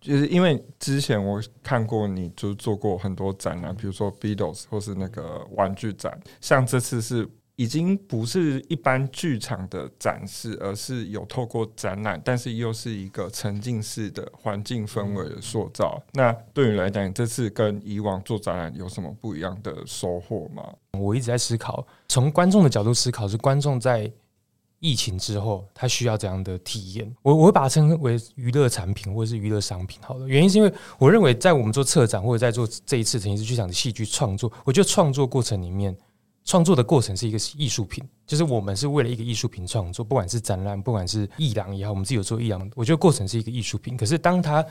Speaker 3: 就是因为之前我看过你就是做过很多展啊览，比如说 Beatles 或是那个玩具展，像这次是已经不是一般剧场的展示，而是有透过展览，但是又是一个沉浸式的环境氛围的塑造。那对你来讲，你这次跟以往做展览有什么不一样的收获吗？
Speaker 1: 我一直在思考，从观众的角度思考，是观众在疫情之后他需要怎样的体验？我我会把它称为娱乐产品或者是娱乐商品。好了，原因是因为我认为在我们做策展或者在做这一次城市剧场的戏剧创作，我觉得创作过程里面。创作的过程是一个艺术品，就是我们是为了一个艺术品创作，不管是展览，不管是艺廊也好，我们自己有做艺廊，我觉得过程是一个艺术品。可是当它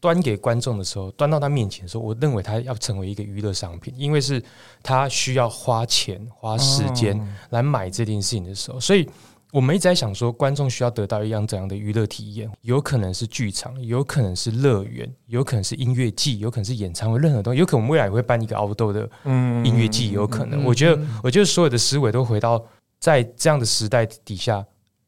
Speaker 1: 端给观众的时候，端到他面前的时候，我认为它要成为一个娱乐商品，因为是他需要花钱花时间来买这件事情的时候，所以我们一直在想说，观众需要得到一样怎样的娱乐体验？有可能是剧场，有可能是乐园，有可能是音乐季，有可能是演唱会，任何东西，有可能我们未来也会办一个 outdoor 的
Speaker 3: 嗯
Speaker 1: 音乐季，有可能。我觉得，我觉得所有的思维都回到在这样的时代底下，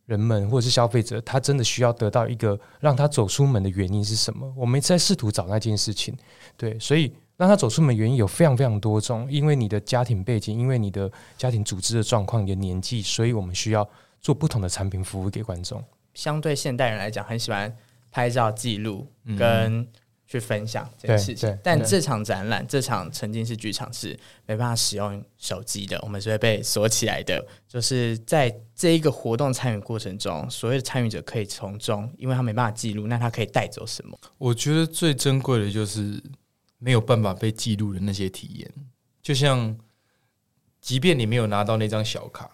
Speaker 1: 人们或者是消费者，他真的需要得到一个让他走出门的原因是什么？我们一直在试图找那件事情，对，所以。让他走出门的原因有非常非常多种，因为你的家庭背景，因为你的家庭组织的状况，你的年纪，所以我们需要做不同的产品服务给观众。
Speaker 2: 嗯
Speaker 4: 相对现代人来讲，很喜欢拍照记录跟去分享这件
Speaker 1: 对
Speaker 4: 事情
Speaker 1: 对。
Speaker 4: 但
Speaker 1: 对
Speaker 4: 这场展览，这场沉浸式剧场是没办法使用手机的，我们是会被锁起来的。就是在这一个活动参与过程中，所有的参与者可以从中，因为他没办法记录，那他可以带走什么？
Speaker 2: 我觉得最珍贵的就是没有办法被记录的那些体验，就像，即便你没有拿到那张小卡，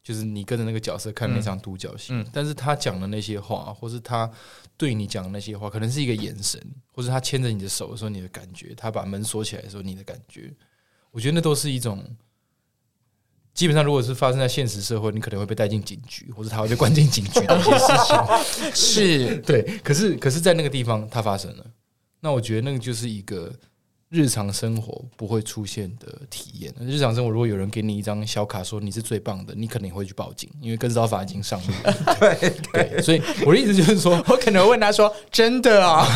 Speaker 2: 就是你跟着那个角色看那张独角戏，
Speaker 4: 嗯
Speaker 2: 但是他讲的那些话，或是他对你讲的那些话，可能是一个眼神，或是他牵着你的手的时候你的感觉，他把门锁起来的时候你的感觉，我觉得那都是一种。基本上，如果是发生在现实社会，你可能会被带进警局，或者他会被关进警局的一些事情。
Speaker 4: 是
Speaker 2: 对，可是可是在那个地方它发生了，那我觉得那个就是一个日常生活不会出现的体验。日常生活如果有人给你一张小卡说你是最棒的，你肯定会去报警，因为跟骚法已经 上路了。对对，所以我的意思就是说，
Speaker 4: 我可能问他说：“真的啊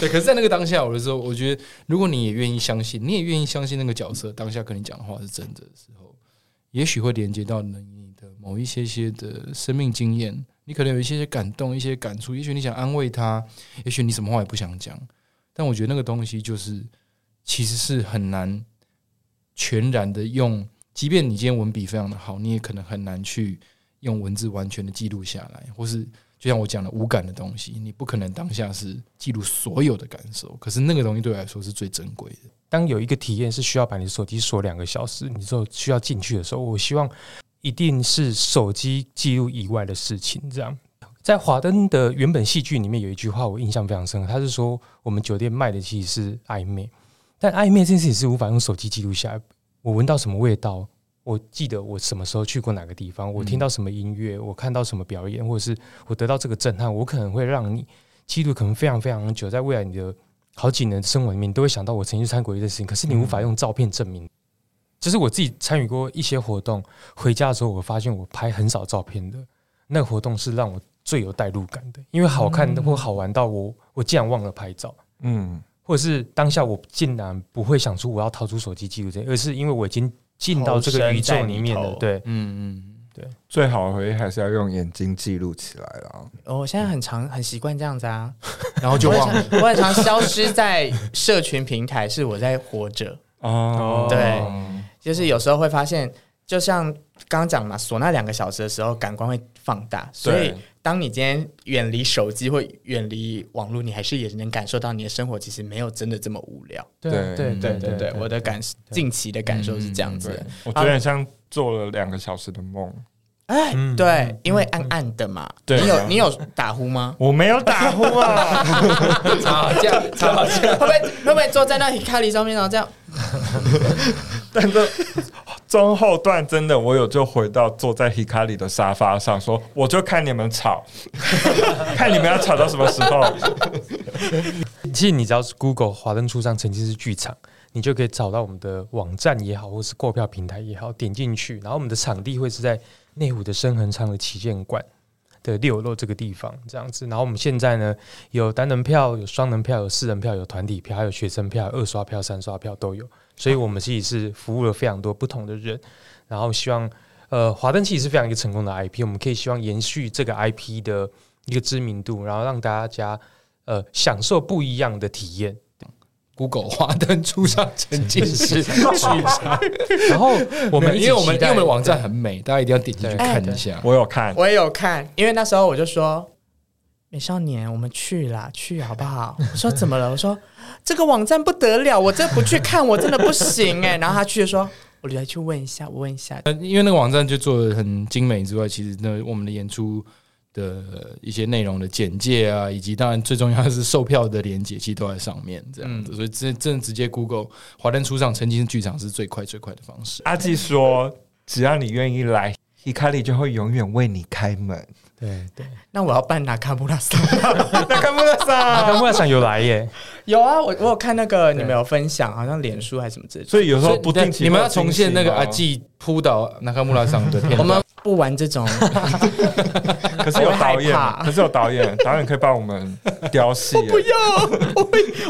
Speaker 2: 对，可是，在那个当下，我的时候，我觉得如果你也愿意相信，你也愿意相信那个角色当下跟你讲的话是真的的时候，也许会连接到你的某一些些的生命经验，你可能有一些些感动、一些感触，也许你想安慰他，也许你什么话也不想讲，但我觉得那个东西就是其实是很难全然的用，即便你今天文笔非常的好，你也可能很难去用文字完全的记录下来，或是就像我讲的无感的东西，你不可能当下是记录所有的感受，可是那个东西对我来说是最珍贵的。
Speaker 1: 当有一个体验是需要把你的手机锁两个小时，你之后需要进去的时候，我希望一定是手机记录以外的事情。这样，在华灯的原本戏剧里面有一句话我印象非常深刻，他是说我们酒店卖的其实是暧昧，但暧昧这件事情是无法用手机记录下来。我闻到什么味道，我记得我什么时候去过哪个地方，我听到什么音乐，我看到什么表演，或者是我得到这个震撼，我可能会让你记录可能非常非常久，在未来你的好几年的生活里面，你都会想到我曾经参与过一件事情，可是你无法用照片证明。就是我自己参与过一些活动，回家的时候我发现我拍很少照片的，那个活动是让我最有代入感的，因为好看
Speaker 4: 嗯
Speaker 1: 或好玩到我，我竟然忘了拍照。
Speaker 3: 嗯，
Speaker 1: 或者是当下我竟然不会想出我要掏出手机记录这些，而是因为我已经进到这个宇宙里面
Speaker 4: 投身在
Speaker 1: 了
Speaker 4: 里。头
Speaker 1: 对，
Speaker 2: 嗯嗯。
Speaker 3: 最好的回忆还是要用眼睛记录起来啦。！”
Speaker 4: 哦我现在很常很习惯这样子啊，
Speaker 2: 然后就
Speaker 4: 我也
Speaker 2: 忘了，
Speaker 4: 常我也常消失在社群平台，是我在活着。
Speaker 3: 哦，
Speaker 4: 对，就是有时候会发现，就像刚刚讲嘛，锁那两个小时的时候，感官会放大，所以
Speaker 3: 对
Speaker 4: 当你今天远离手机或远离网络，你还是也能感受到你的生活其实没有真的这么无聊。
Speaker 3: 对
Speaker 1: 对
Speaker 4: 对对对，嗯我的感近期的感受是这样子的。
Speaker 3: 我觉得很像做了两个小时的梦。
Speaker 4: 哎，
Speaker 1: 嗯
Speaker 4: 对，因为暗暗的嘛，
Speaker 3: 对
Speaker 4: 你
Speaker 3: 啊？
Speaker 4: 有你有打呼吗
Speaker 3: 我没有打呼啊，
Speaker 2: 吵架 吵架，
Speaker 4: 啊会不会会不会坐在那里咖喱上面，然后这样？
Speaker 3: 但是中后段真的，我有就回到坐在 Hikari 的沙发上，说我就看你们吵， 看你们要吵到什么时候。
Speaker 1: 其实你只要是 Google 华灯初上曾经是剧场，你就可以找到我们的网站也好，或是购票平台也好，点进去，然后我们的场地会是在内湖的深恒昌的旗舰馆的六楼这个地方这样子。然后我们现在呢有单人票、有双人票、有四人票、有团体票，还有学生票、二刷票、三刷票都有。所以我们其实是服务了非常多不同的人，然后希望呃华灯其实是非常一个成功的 IP，我们可以希望延续这个 IP 的一个知名度，然后让大家。呃，享受不一样的体验。
Speaker 2: Google 华灯初上沉浸 式剧场，
Speaker 1: 然后我
Speaker 2: 我
Speaker 1: 们
Speaker 2: 们
Speaker 1: 一
Speaker 2: 因
Speaker 1: 直
Speaker 2: 为我
Speaker 1: 期
Speaker 2: 们因为
Speaker 1: 待
Speaker 2: 我们的网站 很美，大家一定要点进去看一下。
Speaker 3: 我有看，
Speaker 4: 我也有看，因为那时候我就说。美少年，我们去啦，去好不好？我说怎么了？我说这个网站不得了，我这不去看我真的不行哎、然后他去就说，我来去问一下，我问一下。
Speaker 2: 呃因为那个网站就做的很精美之外，其实那我们的演出的呃一些内容的简介啊，以及当然最重要的是售票的连接，其实都在上面这样子。所以真真的直接 Google 华灯初上沉浸式剧场是最快最快的方式。
Speaker 3: 阿纪说，只要你愿意来，Hikari 就会永远为你开门。
Speaker 1: 对对，
Speaker 4: 那我要办拿卡布拉斯。
Speaker 3: 那看不得
Speaker 1: 阿
Speaker 3: 上，
Speaker 1: 甘莫想有来耶，
Speaker 4: 有啊，我我有看那个你们有分享，好像脸书还是什么之类的。
Speaker 3: 所以有时
Speaker 2: 所
Speaker 3: 候
Speaker 2: 以
Speaker 3: 不定期
Speaker 2: 你们
Speaker 3: 会
Speaker 2: 要
Speaker 3: 有惊
Speaker 2: 重
Speaker 3: 喜
Speaker 2: 现那个
Speaker 3: 吗
Speaker 2: 啊阿，纪扑倒那卡穆拉上的片段，
Speaker 4: 我们不玩 这种，
Speaker 3: 可是有导
Speaker 4: 我会
Speaker 3: 演
Speaker 4: 害，怕
Speaker 3: 可是有导演，导演可以帮我们雕 戏耶。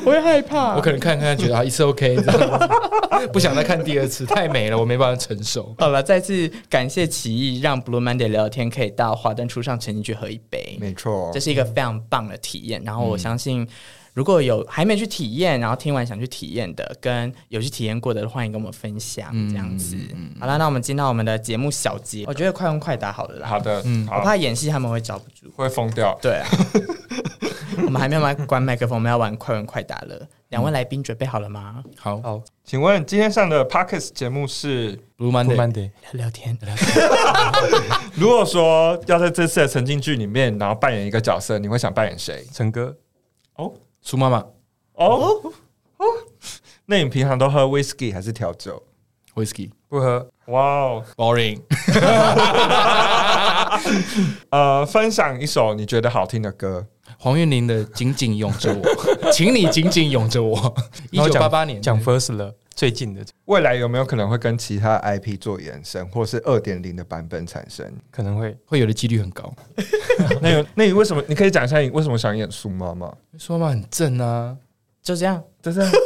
Speaker 4: 我会害怕
Speaker 2: 我。可能看看觉得 啊一次 OK，这样 子不想再看第二次，太美了，我没办法承受。
Speaker 4: 好了，再次感谢奇艺，让 Blue Monday 聊天可以到华灯初上沉浸去喝一杯，
Speaker 3: 没错
Speaker 4: 嗯这，是一个非常棒的体验。然后我相信，如果有还没去体验，然后听完想去体验的，跟有去体验过的，欢迎跟我们分享这样子。好了，那我们进到我们的节目小结，我觉得快问快嗯答好 了啦，
Speaker 3: 好的，
Speaker 4: 我
Speaker 3: 好，
Speaker 4: 怕演戏他们会找不住。
Speaker 3: 会疯掉。
Speaker 4: 对啊，我们还没有玩关麦克风，我们要玩快问快答了。两位来宾准备好了吗？
Speaker 2: 好
Speaker 1: 好
Speaker 3: 请问今天上的 Pockets 节目是，
Speaker 2: ，Blue Monday，
Speaker 1: 慢点，
Speaker 4: 聊聊天，
Speaker 3: 如果说要在这次的沉浸剧里面，然后扮演一个角色，你会想扮演谁？
Speaker 1: 陈哥，
Speaker 2: 苏妈妈
Speaker 3: 哦哦，那你平常都喝 whisky 还是调酒？
Speaker 2: ，Whisky，Boring，
Speaker 1: 不喝
Speaker 3: 哇哦，呃，分享一首你觉得好听的歌。
Speaker 2: 黄韵玲的《紧紧拥着我》， 请你紧紧拥着我。一
Speaker 1: 然后
Speaker 2: 九
Speaker 1: 讲
Speaker 2: 八八年
Speaker 1: 讲 First 了，最近的
Speaker 3: 未来有没有可能会跟其他 IP 做延伸，或是二点零的版本产生？
Speaker 1: 可能会
Speaker 2: 会有的几率很高。
Speaker 3: 那有那你为什么？你可以讲一下你为什么想演苏妈妈？
Speaker 2: 苏妈妈很正啊，
Speaker 4: 就这样。
Speaker 3: 就是
Speaker 2: 而且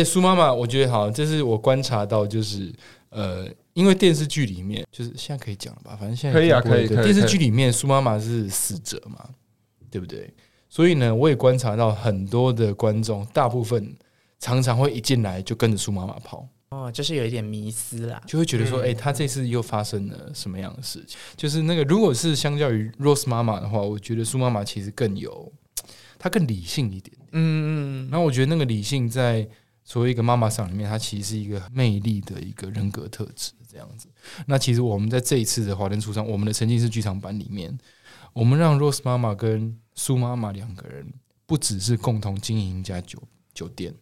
Speaker 2: 哎苏妈妈，我觉得好，这是我观察到，就是呃，因为电视剧里面，就是现在可以讲了吧，反正现在
Speaker 3: 可以啊
Speaker 2: 已经播了
Speaker 3: 可以
Speaker 2: 对
Speaker 3: 可以
Speaker 2: 电视
Speaker 3: 可以
Speaker 2: 剧里面，苏妈妈是死者嘛，对不对？所以呢，我也观察到很多的观众，大部分常常会一进来就跟着苏妈妈跑，
Speaker 4: 哦，就是有一点迷思啦。
Speaker 2: 就会觉得
Speaker 3: 嗯
Speaker 2: 说，哎、她这次又发生了什么样的事情？就是那个，如果是相较于 Rose 妈妈的话，我觉得苏妈妈其实更有，她更理性一点。
Speaker 4: 嗯嗯
Speaker 2: 然后我觉得那个理性在所谓一个妈妈桑里面，它其实是一个魅力的一个人格特质这样子。那其实我们在这一次的华灯初上，我们的沉浸式剧场版里面，我们让 Rose 妈妈跟苏妈妈两个人不只是共同经营一家酒酒店，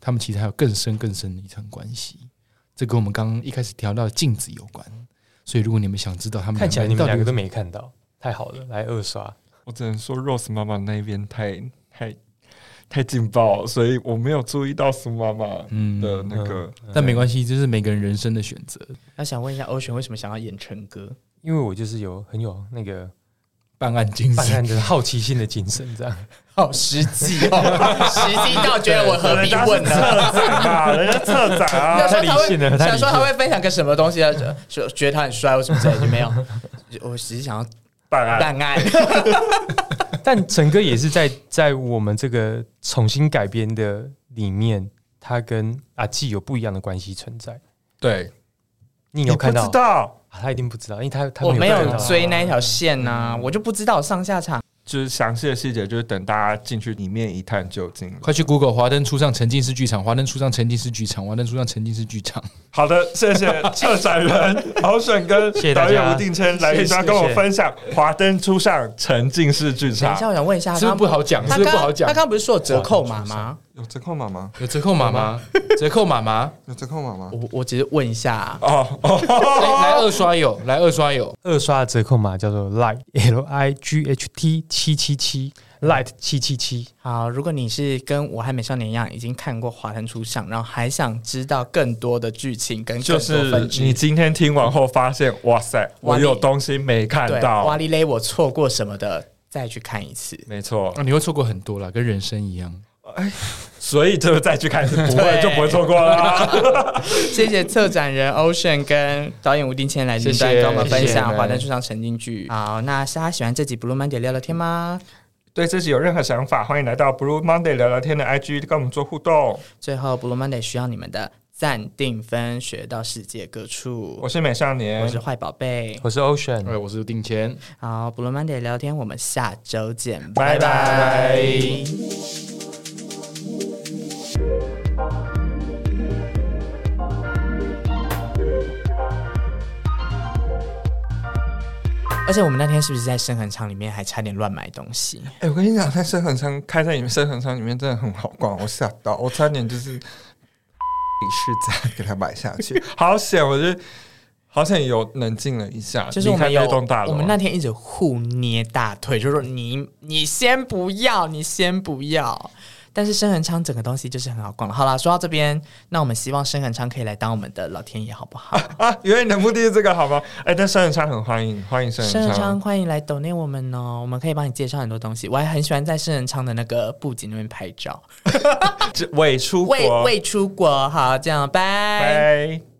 Speaker 2: 他们其实还有更深更深的一层关系。这跟我们刚刚一开始聊到的镜子有关。所以如果你们想知道他们
Speaker 1: 看起来你
Speaker 2: 两
Speaker 1: 们
Speaker 2: 个
Speaker 1: 两个
Speaker 2: 人到
Speaker 1: 都
Speaker 2: 底
Speaker 1: 没看到，太好了，来二刷。
Speaker 3: 我只能说 Rose 妈妈那边太太太劲爆，所以我没有注意到苏妈妈
Speaker 2: 嗯
Speaker 3: 的那个。
Speaker 2: 但没关系，这是每个人人生的选择。
Speaker 4: 那想问一下欧璇为什么想要演陈哥？
Speaker 1: 因为我就是有很有那个
Speaker 2: 办案精
Speaker 1: 办
Speaker 2: 神，
Speaker 1: 案的好奇心的精神，这样
Speaker 4: 好实际哦，实际到觉得我何必问
Speaker 3: 人
Speaker 4: 呢？
Speaker 3: 家是策展啊，人家策展
Speaker 4: 想
Speaker 3: 啊，
Speaker 4: 说他
Speaker 1: 太理性了
Speaker 4: 会
Speaker 1: 太理
Speaker 4: 想
Speaker 1: 性
Speaker 4: 说他会分享个什么东西啊？说觉得他很帅或什么之类的，就没有。我只是想要
Speaker 3: 办案
Speaker 4: 办案，
Speaker 1: 但陈哥也是在在我们这个重新改编的里面，他跟阿纪有不一样的关系存在。
Speaker 3: 对，
Speaker 1: 你
Speaker 3: 呃你
Speaker 1: 有看
Speaker 3: 不
Speaker 1: 到
Speaker 3: 知？道，
Speaker 1: 啊他一定不知道，因为他他
Speaker 4: 我没
Speaker 1: 看
Speaker 4: 有
Speaker 1: 到
Speaker 4: 追那一条线呐，我就不知道上下场。
Speaker 3: 就是详细的细节，就是等大家进去里面一探究竟了。
Speaker 2: 快去 Google 华灯初上沉浸式剧场，华灯初上沉浸式剧场，华灯初上沉浸式剧场。
Speaker 3: 好的，谢谢策展人敖选跟
Speaker 1: 谢谢大
Speaker 3: 导
Speaker 1: 家
Speaker 3: 演吴定谦来云
Speaker 1: 谢谢
Speaker 3: 霄跟我
Speaker 1: 谢谢
Speaker 3: 分享《华灯初上》沉浸式剧
Speaker 4: 等一
Speaker 3: 场
Speaker 4: 下，。我想问一下，
Speaker 2: 是不是
Speaker 4: 刚
Speaker 2: 不好讲
Speaker 4: 啊他
Speaker 2: 是不是
Speaker 4: 刚
Speaker 2: 不好讲
Speaker 4: 他刚刚不是说有折扣码吗？
Speaker 3: 有折扣码吗？
Speaker 2: 有折扣码 吗？折扣码吗？
Speaker 3: 有折扣码吗？
Speaker 4: 我我只是问一下啊，
Speaker 3: 哦
Speaker 2: 来
Speaker 3: 哦，
Speaker 2: 来二刷有，来二刷有。
Speaker 1: 二刷的折扣码叫做 Light L I G H T 七七七 Light 七七七，
Speaker 4: 好，如果你是跟我和美少年一样已经看过《华灯初上》，然后还想知道更多的剧情跟更
Speaker 3: 就
Speaker 4: 多
Speaker 3: 是
Speaker 4: 分支，
Speaker 3: 你今天听完后发现，哇塞，我有东西没看
Speaker 4: 对哇
Speaker 3: 到。
Speaker 4: 哩嘞我错过什么的，再去看一次。
Speaker 3: 没错
Speaker 2: 啊，，你会错过很多啦，跟人生一样。
Speaker 3: 所以就再去看是不会
Speaker 4: 对
Speaker 3: 就不会错过了。
Speaker 4: 谢谢策展人 Ocean 跟导演吴定谦来
Speaker 2: 谢
Speaker 4: 云
Speaker 2: 谢
Speaker 4: 端跟我们分
Speaker 2: 谢谢
Speaker 4: 享《华灯初上》沉浸剧。好，那大家喜欢这集 Blue Monday 聊聊天吗？
Speaker 3: 对自己有任何想法，欢迎来到 Blue Monday 聊聊天的 IG 跟我们做互动。
Speaker 4: 最后 Blue Monday 需要你们的暂定分，学到世界各处。
Speaker 3: 我是美少
Speaker 4: 我
Speaker 3: 年
Speaker 4: 是，坏宝贝。
Speaker 1: 我是 Ocean，
Speaker 2: 哎，我是定谦。
Speaker 4: 好，Blue Monday 聊天，我们下周见，
Speaker 3: 拜拜。
Speaker 4: 而且我们那天是不是在深恒场里面还差点乱买东西？
Speaker 3: 哎、我跟你讲，在深恒仓开在你们深恒仓里面真的很好逛，我吓到，我差点就是 鄙视价给它买下去，好险！我就好险有冷静了一下，
Speaker 4: 就是我们
Speaker 3: 离
Speaker 4: 有
Speaker 3: 啊开那栋大楼，啊
Speaker 4: 我们那天一直互捏大腿，就说你你先不要，你先不要。但是深恒昌整个东西就是很好逛了。好啦，说到这边，那我们希望深恒昌可以来当我们的老天爷，好不好？
Speaker 3: 啊，原来你的目的是这个好吗？哎、但深恒仓很欢迎，欢迎深
Speaker 4: 深
Speaker 3: 恒
Speaker 4: 恒昌
Speaker 3: 仓。
Speaker 4: 欢迎来抖内我们哦，我们可以帮你介绍很多东西。我还很喜欢在深恒昌的那个布景那边拍照，
Speaker 3: 这未出
Speaker 4: 未
Speaker 3: 国，
Speaker 4: 未出国，好，这样，拜。
Speaker 3: 拜。